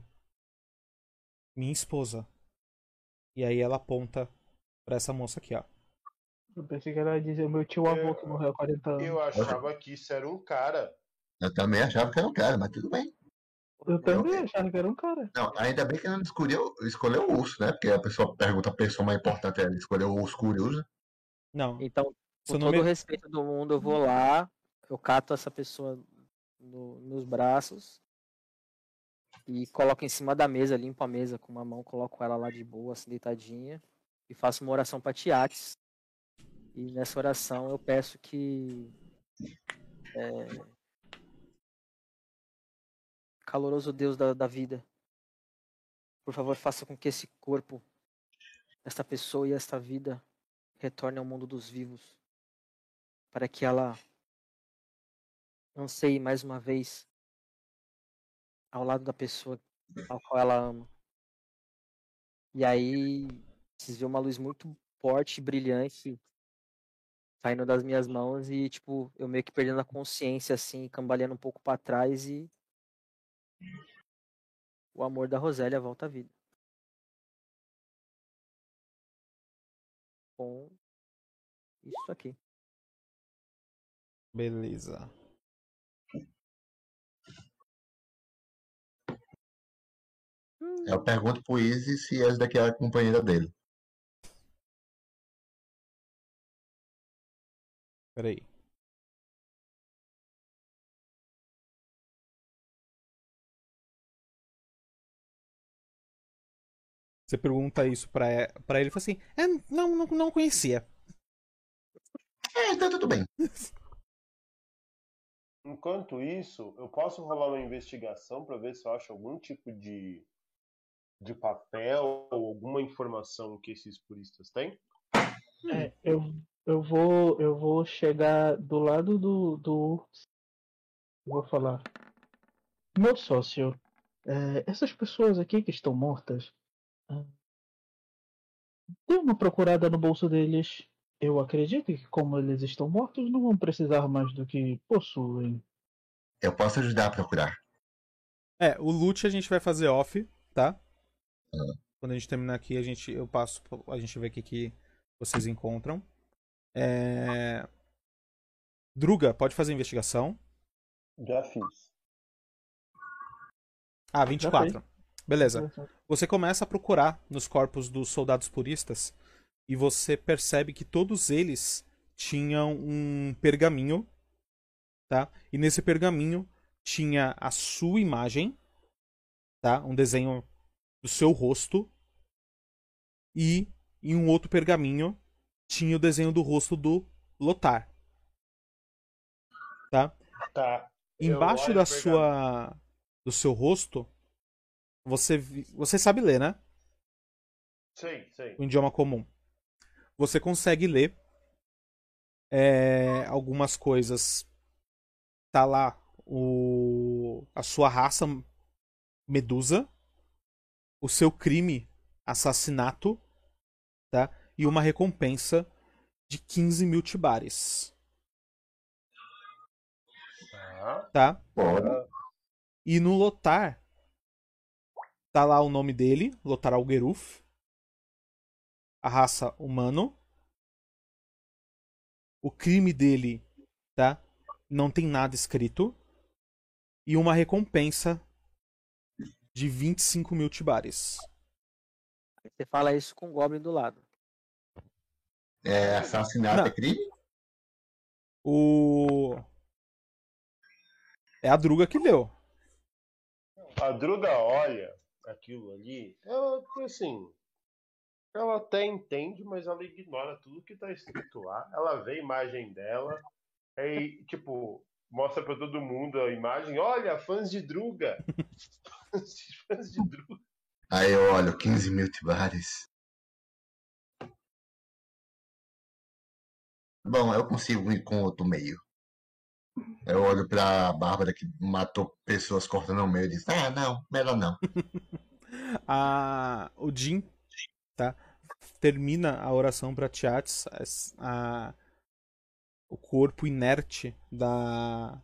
D: Minha esposa. E aí ela aponta pra essa moça aqui, ó.
B: Eu pensei que ela ia dizer meu tio avô que morreu há 40 anos.
A: Eu achava que isso era um cara.
C: eu também achava que era um cara, mas tudo bem.
B: Eu também achava que era um cara.
C: Não, ainda bem que não escolheu, escolheu o urso, né? Porque a pessoa pergunta a pessoa mais importante, ela escolheu o urso curioso.
D: Não,
E: Então,
D: seu
E: com
D: nome
E: todo o respeito do mundo, eu vou lá, eu cato essa pessoa no, nos braços e coloco em cima da mesa, limpo a mesa com uma mão, coloco ela lá de boa, assim, deitadinha, e faço uma oração pra Tiates. E nessa oração eu peço que. é, caloroso Deus da, da vida, por favor, faça com que esse corpo, esta pessoa e esta vida retorne ao mundo dos vivos, para que ela anseie mais uma vez ao lado da pessoa ao qual ela ama. E aí vocês vê uma luz muito forte, brilhante, saindo das minhas mãos e tipo, eu meio que perdendo a consciência assim, cambaleando um pouco para trás e o amor da Rosélia volta à vida. Com isso aqui.
D: Beleza.
C: Eu pergunto pro Izzy se essa daqui é a companheira dele.
D: Peraí. Você pergunta isso pra, e- pra ele e fala assim: É, não, não, não conhecia.
C: É, então tudo bem.
A: Enquanto isso, eu posso rolar uma investigação para ver se eu acho algum tipo de, de papel ou alguma informação que esses puristas têm?
B: É, eu, eu, vou, eu vou chegar do lado do, do urso. Vou falar. Meu sócio, é, essas pessoas aqui que estão mortas. ah, Dê uma procurada no bolso deles. Eu acredito que, como eles estão mortos, não vão precisar mais do que possuem.
C: Eu posso ajudar a procurar.
D: É, o loot a gente vai fazer off, tá?
C: Uhum.
D: Quando a gente terminar aqui, a gente, eu passo, pro- a gente vê o que, que vocês encontram. É... Druga, pode fazer a investigação.
A: Já fiz.
D: Ah, 24. Beleza. Você começa a procurar nos corpos dos soldados puristas e você percebe que todos eles tinham um pergaminho, tá? E nesse pergaminho tinha a sua imagem, tá? Um desenho do seu rosto e Em um outro pergaminho tinha o desenho do rosto do Lotar. Tá?
A: Tá. Eu
D: Embaixo
A: olho
D: da
A: pro
D: sua do seu rosto, você vi- você sabe ler, né?
A: Sei, sei.
D: um idioma comum. Você consegue ler é, algumas coisas. Tá lá o, a sua raça medusa, o seu crime assassinato, tá? E uma recompensa de 15 mil tibares,
A: Tá.
D: tá?
C: Bora.
D: E no Lotar tá lá o nome dele, Lotar Algeruf. A raça humano. O crime dele, tá? Não tem nada escrito. E uma recompensa de 25 mil tibares.
E: Você fala isso com o Goblin do lado.
C: É, assassinato
D: Não.
C: é crime?
D: O. É a Druga que leu.
A: A Druga olha aquilo ali, ela, assim, ela até entende, mas ela ignora tudo que tá escrito lá. Ela vê a imagem dela e, tipo, mostra pra todo mundo a imagem. Olha, fãs de Druga! Fãs de- fãs de Druga.
C: Aí eu olho, 15 mil tibares. Bom, eu consigo ir com outro meio. Eu olho pra Bárbara que matou pessoas cortando ao meio e diz, ah, não, melhor não.
D: a o Jim tá termina a oração para Tiatis a, a- o corpo inerte da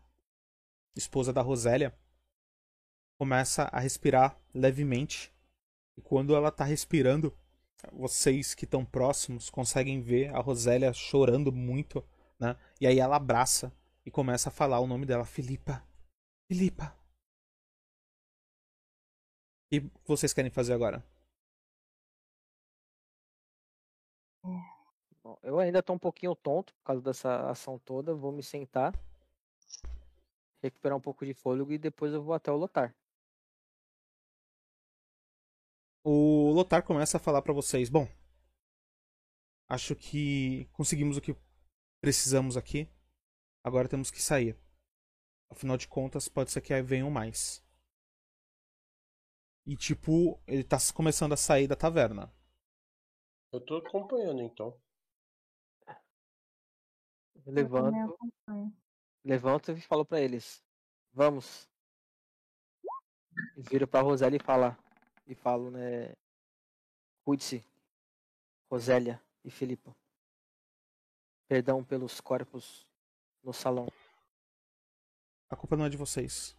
D: esposa da Rosélia começa a respirar levemente e quando ela tá respirando vocês que estão próximos conseguem ver a Rosélia chorando muito né e aí ela abraça e começa a falar o nome dela Filipa Filipa o que vocês querem fazer agora
E: Bom, eu ainda tô um pouquinho tonto por causa dessa ação toda. Vou me sentar, recuperar um pouco de fôlego e depois eu vou até o Lotar.
D: O Lotar começa a falar pra vocês: Bom, acho que conseguimos o que precisamos aqui. Agora temos que sair. Afinal de contas, pode ser que venham mais. E tipo, ele tá s- começando a sair da taverna.
A: Eu tô acompanhando então.
E: Eu
H: Eu também
E: Levanto, levanto e falo pra eles: Vamos. E viro pra Rosélia e fala, e falo, né? Cuide-se, Rosélia e Filipa. Perdão pelos corpos no salão.
D: A culpa não é de vocês.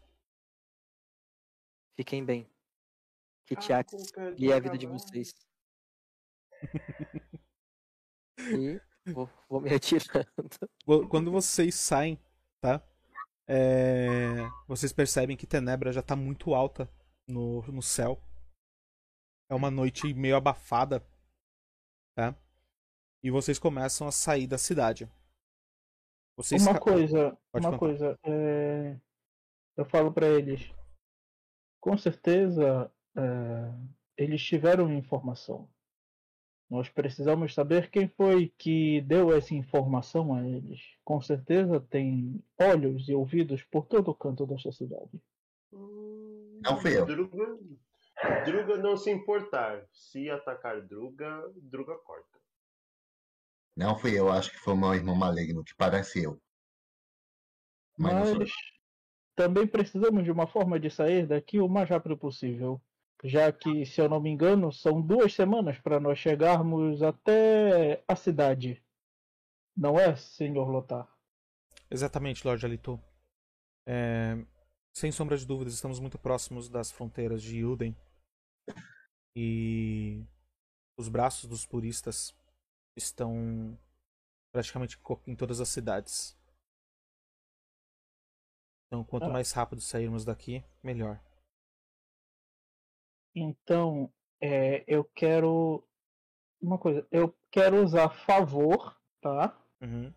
E: Fiquem bem. Que teatro e a vida de vocês. e vou, vou me retirando.
D: Qu- Quando vocês saem, tá? É, Vocês percebem que Tenebra já tá muito alta no, no céu. É uma noite meio abafada, tá? E vocês começam a sair da cidade. Vocês
B: Uma
D: ca-
B: coisa,
D: Pode contar.
B: uma coisa, é, eu falo pra eles, com certeza é, eles tiveram informação. Nós precisamos saber quem foi que deu essa informação a eles. Com certeza tem olhos e ouvidos por todo canto desta cidade.
C: Não fui eu.
A: Druga, Druga não se importar. Se atacar Druga, Druga corta.
C: Não fui eu, acho que foi meu irmão maligno, que parece eu. Mas não
B: Mas
C: sou eu.
B: também precisamos de uma forma de sair daqui o mais rápido possível. Já que, se eu não me engano, são duas semanas para nós chegarmos até a cidade. Não é, senhor Lotar?
D: Exatamente, Lorde Alito. É, Sem sombra de dúvidas, estamos muito próximos das fronteiras de Ilden. E os braços dos puristas estão praticamente em co- em todas as cidades. Então, quanto
B: Ah.
D: mais rápido sairmos daqui, melhor.
B: Então, é, eu quero. Uma coisa, eu quero usar favor, tá?
D: Uhum.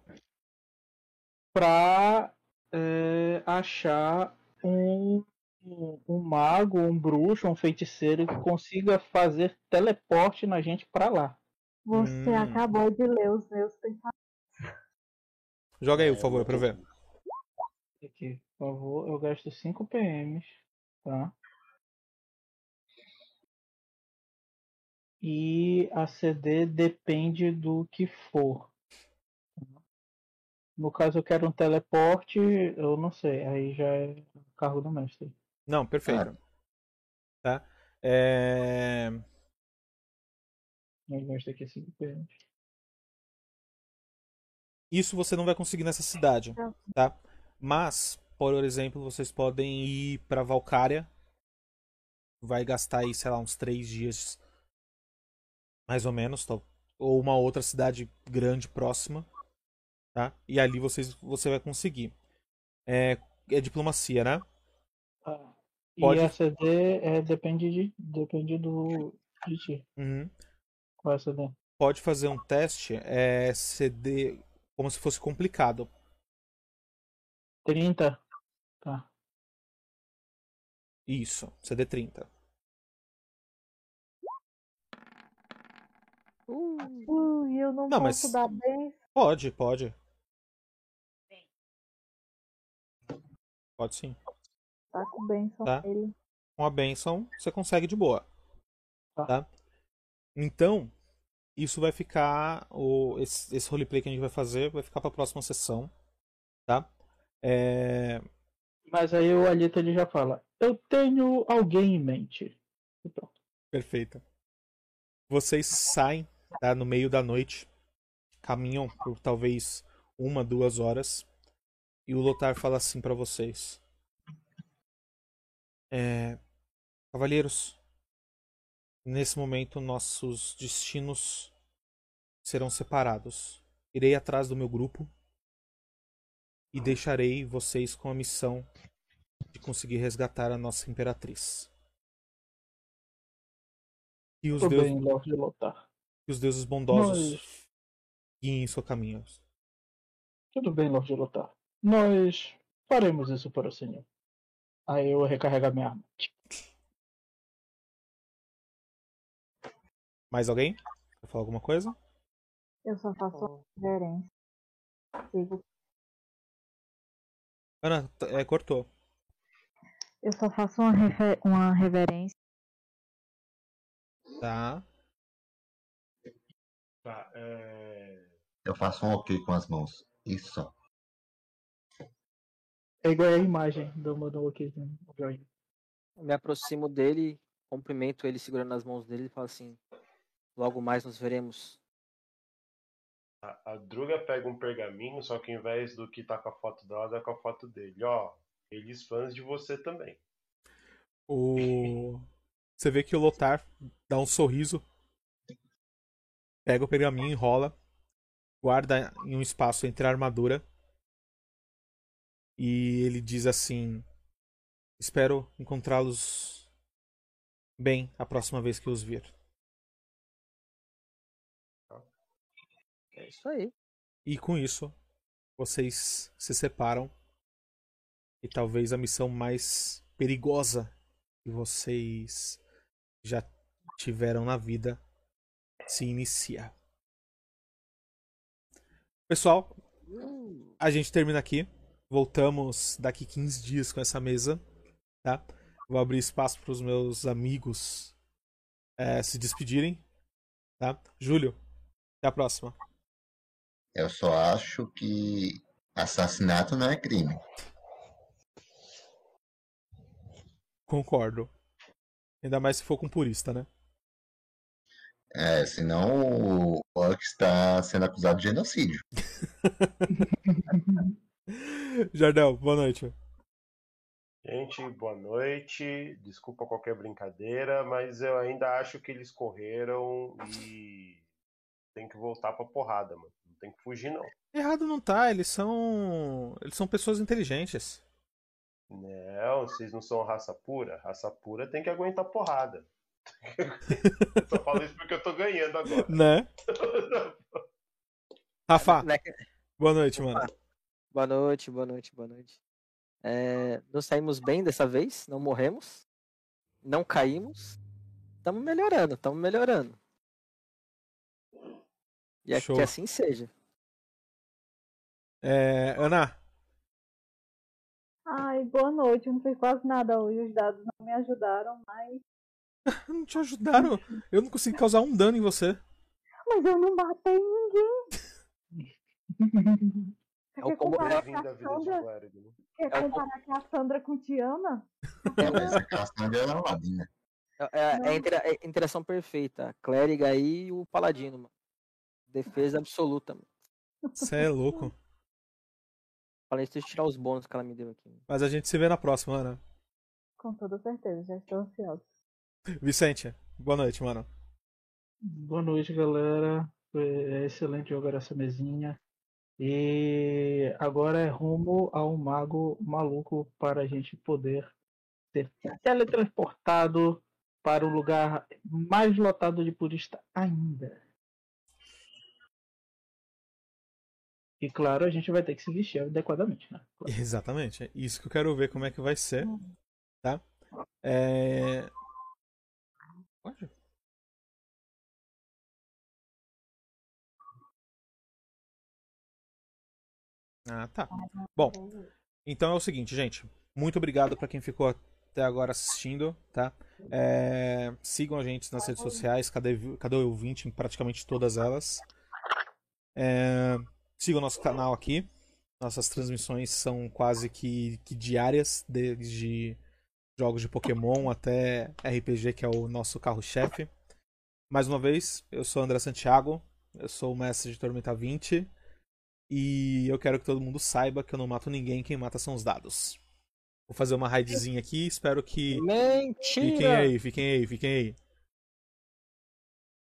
B: Pra é, achar um, um, um mago, um bruxo, um feiticeiro que consiga fazer teleporte na gente pra lá.
H: Você
D: Hum.
H: acabou de ler os meus pensamentos.
D: Joga aí,
A: É,
D: por favor, pra eu ver.
B: Aqui, por favor, eu gasto 5 PMs, tá? E a CD depende do que for. tá? No caso, eu quero um teleporte, eu não sei, aí já é cargo do mestre.
D: Não, perfeito.
C: Claro.
D: Tá? É...
B: Eu gasto aqui 5 PMs.
D: Isso você não vai conseguir nessa cidade,
H: Não.
D: tá? Mas, por exemplo, vocês podem ir pra Valcária. Vai gastar aí, sei lá, uns três dias, mais ou menos, tal- ou uma outra cidade grande próxima, tá? E ali vocês, você vai conseguir. É, é diplomacia, né?
B: Tá.
D: Pode-
B: E a CD é, depende, de, depende do, de ti.
D: Uhum.
B: Qual é a CD?
D: Pode fazer um teste, é CD, como se fosse complicado.
B: 30? Tá.
D: Isso, CD 30.
H: Ui, eu não,
D: Não,
H: posso
D: mas-
H: dar bem.
D: Pode, pode. Pode sim.
H: Tá com bem só
D: Tá.
H: ele.
D: Com a bênção, você consegue de boa.
B: Tá.
D: Tá? Então, isso vai ficar. O, esse, esse roleplay que a gente vai fazer vai ficar pra próxima sessão. Tá? É,
B: Mas aí o Alito ele já fala: Eu tenho alguém em mente. E pronto.
D: Perfeito. Vocês saem, tá? No meio da noite. Caminham por talvez uma, duas horas. E o Lotar fala assim pra vocês. É, Cavalheiros, nesse momento nossos destinos serão separados. Irei atrás do meu grupo e deixarei vocês com a missão de conseguir resgatar a nossa imperatriz. E os
B: Tô
D: deuses
B: bem, Léo de Lotar.
D: que os deuses bondosos
B: Nós-
D: guiem em seu caminho.
B: Tudo bem, Lorde de Lotar. Nós faremos isso para o senhor. Aí eu recarrego a minha arma.
D: Mais alguém? Quer falar alguma coisa?
H: Eu só
D: Tá
H: faço uma reverência. Sigo-
D: Ana, t- é, cortou.
H: Eu só faço uma, refe- uma reverência.
D: Tá.
A: Tá, é...
C: Eu faço um ok com as mãos. Isso só.
B: É igual a imagem do Mano aqui. né?
E: Eu me aproximo dele, cumprimento ele segurando as mãos dele e falo assim: Logo mais nos veremos.
A: A, a Druga pega um pergaminho, só que ao invés do que tá com a foto dela, tá com a foto dele. Ó, eles fãs de você também.
D: O... Você vê que o Lotar dá um sorriso, pega o pergaminho, enrola, guarda em um espaço entre a armadura e ele diz assim: Espero encontrá-los bem a próxima vez que os vir.
E: É isso aí.
D: E com isso, vocês se separam. E talvez a missão mais perigosa que vocês já tiveram na vida se inicia. Pessoal, a gente termina aqui. Voltamos daqui 15 dias com essa mesa, tá? Vou abrir espaço para os meus amigos eh, se despedirem, tá? Júlio, até a próxima.
C: Eu só acho que assassinato não é crime.
D: Concordo. Ainda mais se for com purista, né?
C: É, senão o Orc está sendo acusado de genocídio.
D: Jardel, boa noite.
A: Gente, boa noite. Desculpa qualquer brincadeira, mas eu ainda acho que eles correram e tem que voltar pra porrada, mano. Não tem que fugir, não.
D: Errado não tá, eles são. Eles são pessoas inteligentes.
A: Não, vocês não são raça pura. Raça pura tem que aguentar porrada. Eu Só falo isso porque eu tô ganhando agora.
D: Né? Rafa,
E: Né?
D: boa noite, mano.
E: Boa noite, boa noite, boa noite. É, nós saímos bem dessa vez, não morremos, não caímos, estamos melhorando, estamos melhorando. E é
D: Show.
E: que assim seja.
D: É, Ana,
H: Ai, boa noite. Eu não fiz quase nada hoje. Os dados não me ajudaram, mas.
D: não te ajudaram. Eu não consegui causar um dano em você.
H: Mas eu não matei ninguém. Você
E: É o
H: quer
E: combo-
H: comparar que
A: Bem-vindo à
H: a
A: vida de
H: Sandra?
A: Claro. né?
H: Quer
E: É o
H: comparar que a Sandra com Tiana?
C: Essa caçada né? era ladina.
E: É, é- é
H: Não.
E: a intera- é a interação perfeita. Clériga aí e o paladino, mano. Defesa absoluta, mano.
D: Você é louco.
E: Falei, deixa eu tirar os bônus que ela me deu aqui.
D: Mas a gente se vê na próxima, Ana.
H: Com toda certeza, já estou ansiosa.
D: Vicente, boa noite, mano.
B: Boa noite, galera. É excelente jogar essa mesinha. E agora é rumo ao mago maluco para a gente poder ser teletransportado para o lugar mais lotado de purista ainda. E claro, a gente vai ter que se vestir adequadamente, né? Claro.
D: Exatamente. É isso que eu quero ver como é que vai ser. Tá? É. Pode? Ah, tá. Bom, então é o seguinte, gente. Muito obrigado pra quem ficou até agora assistindo, tá? É, sigam a gente nas redes sociais, cadê, cadê o ouvinte em praticamente todas elas. É, sigam nosso canal aqui. Nossas transmissões são quase que, que diárias, desde jogos de Pokémon até RPG, que é o nosso carro-chefe. Mais uma vez, eu sou André Santiago, eu sou o mestre de Tormenta 20, e eu quero que todo mundo saiba que eu não mato ninguém, quem mata são os dados. Vou fazer uma raidzinha aqui, espero que. Fiquem
E: Mentira!
D: é aí, fiquem aí, fiquem aí.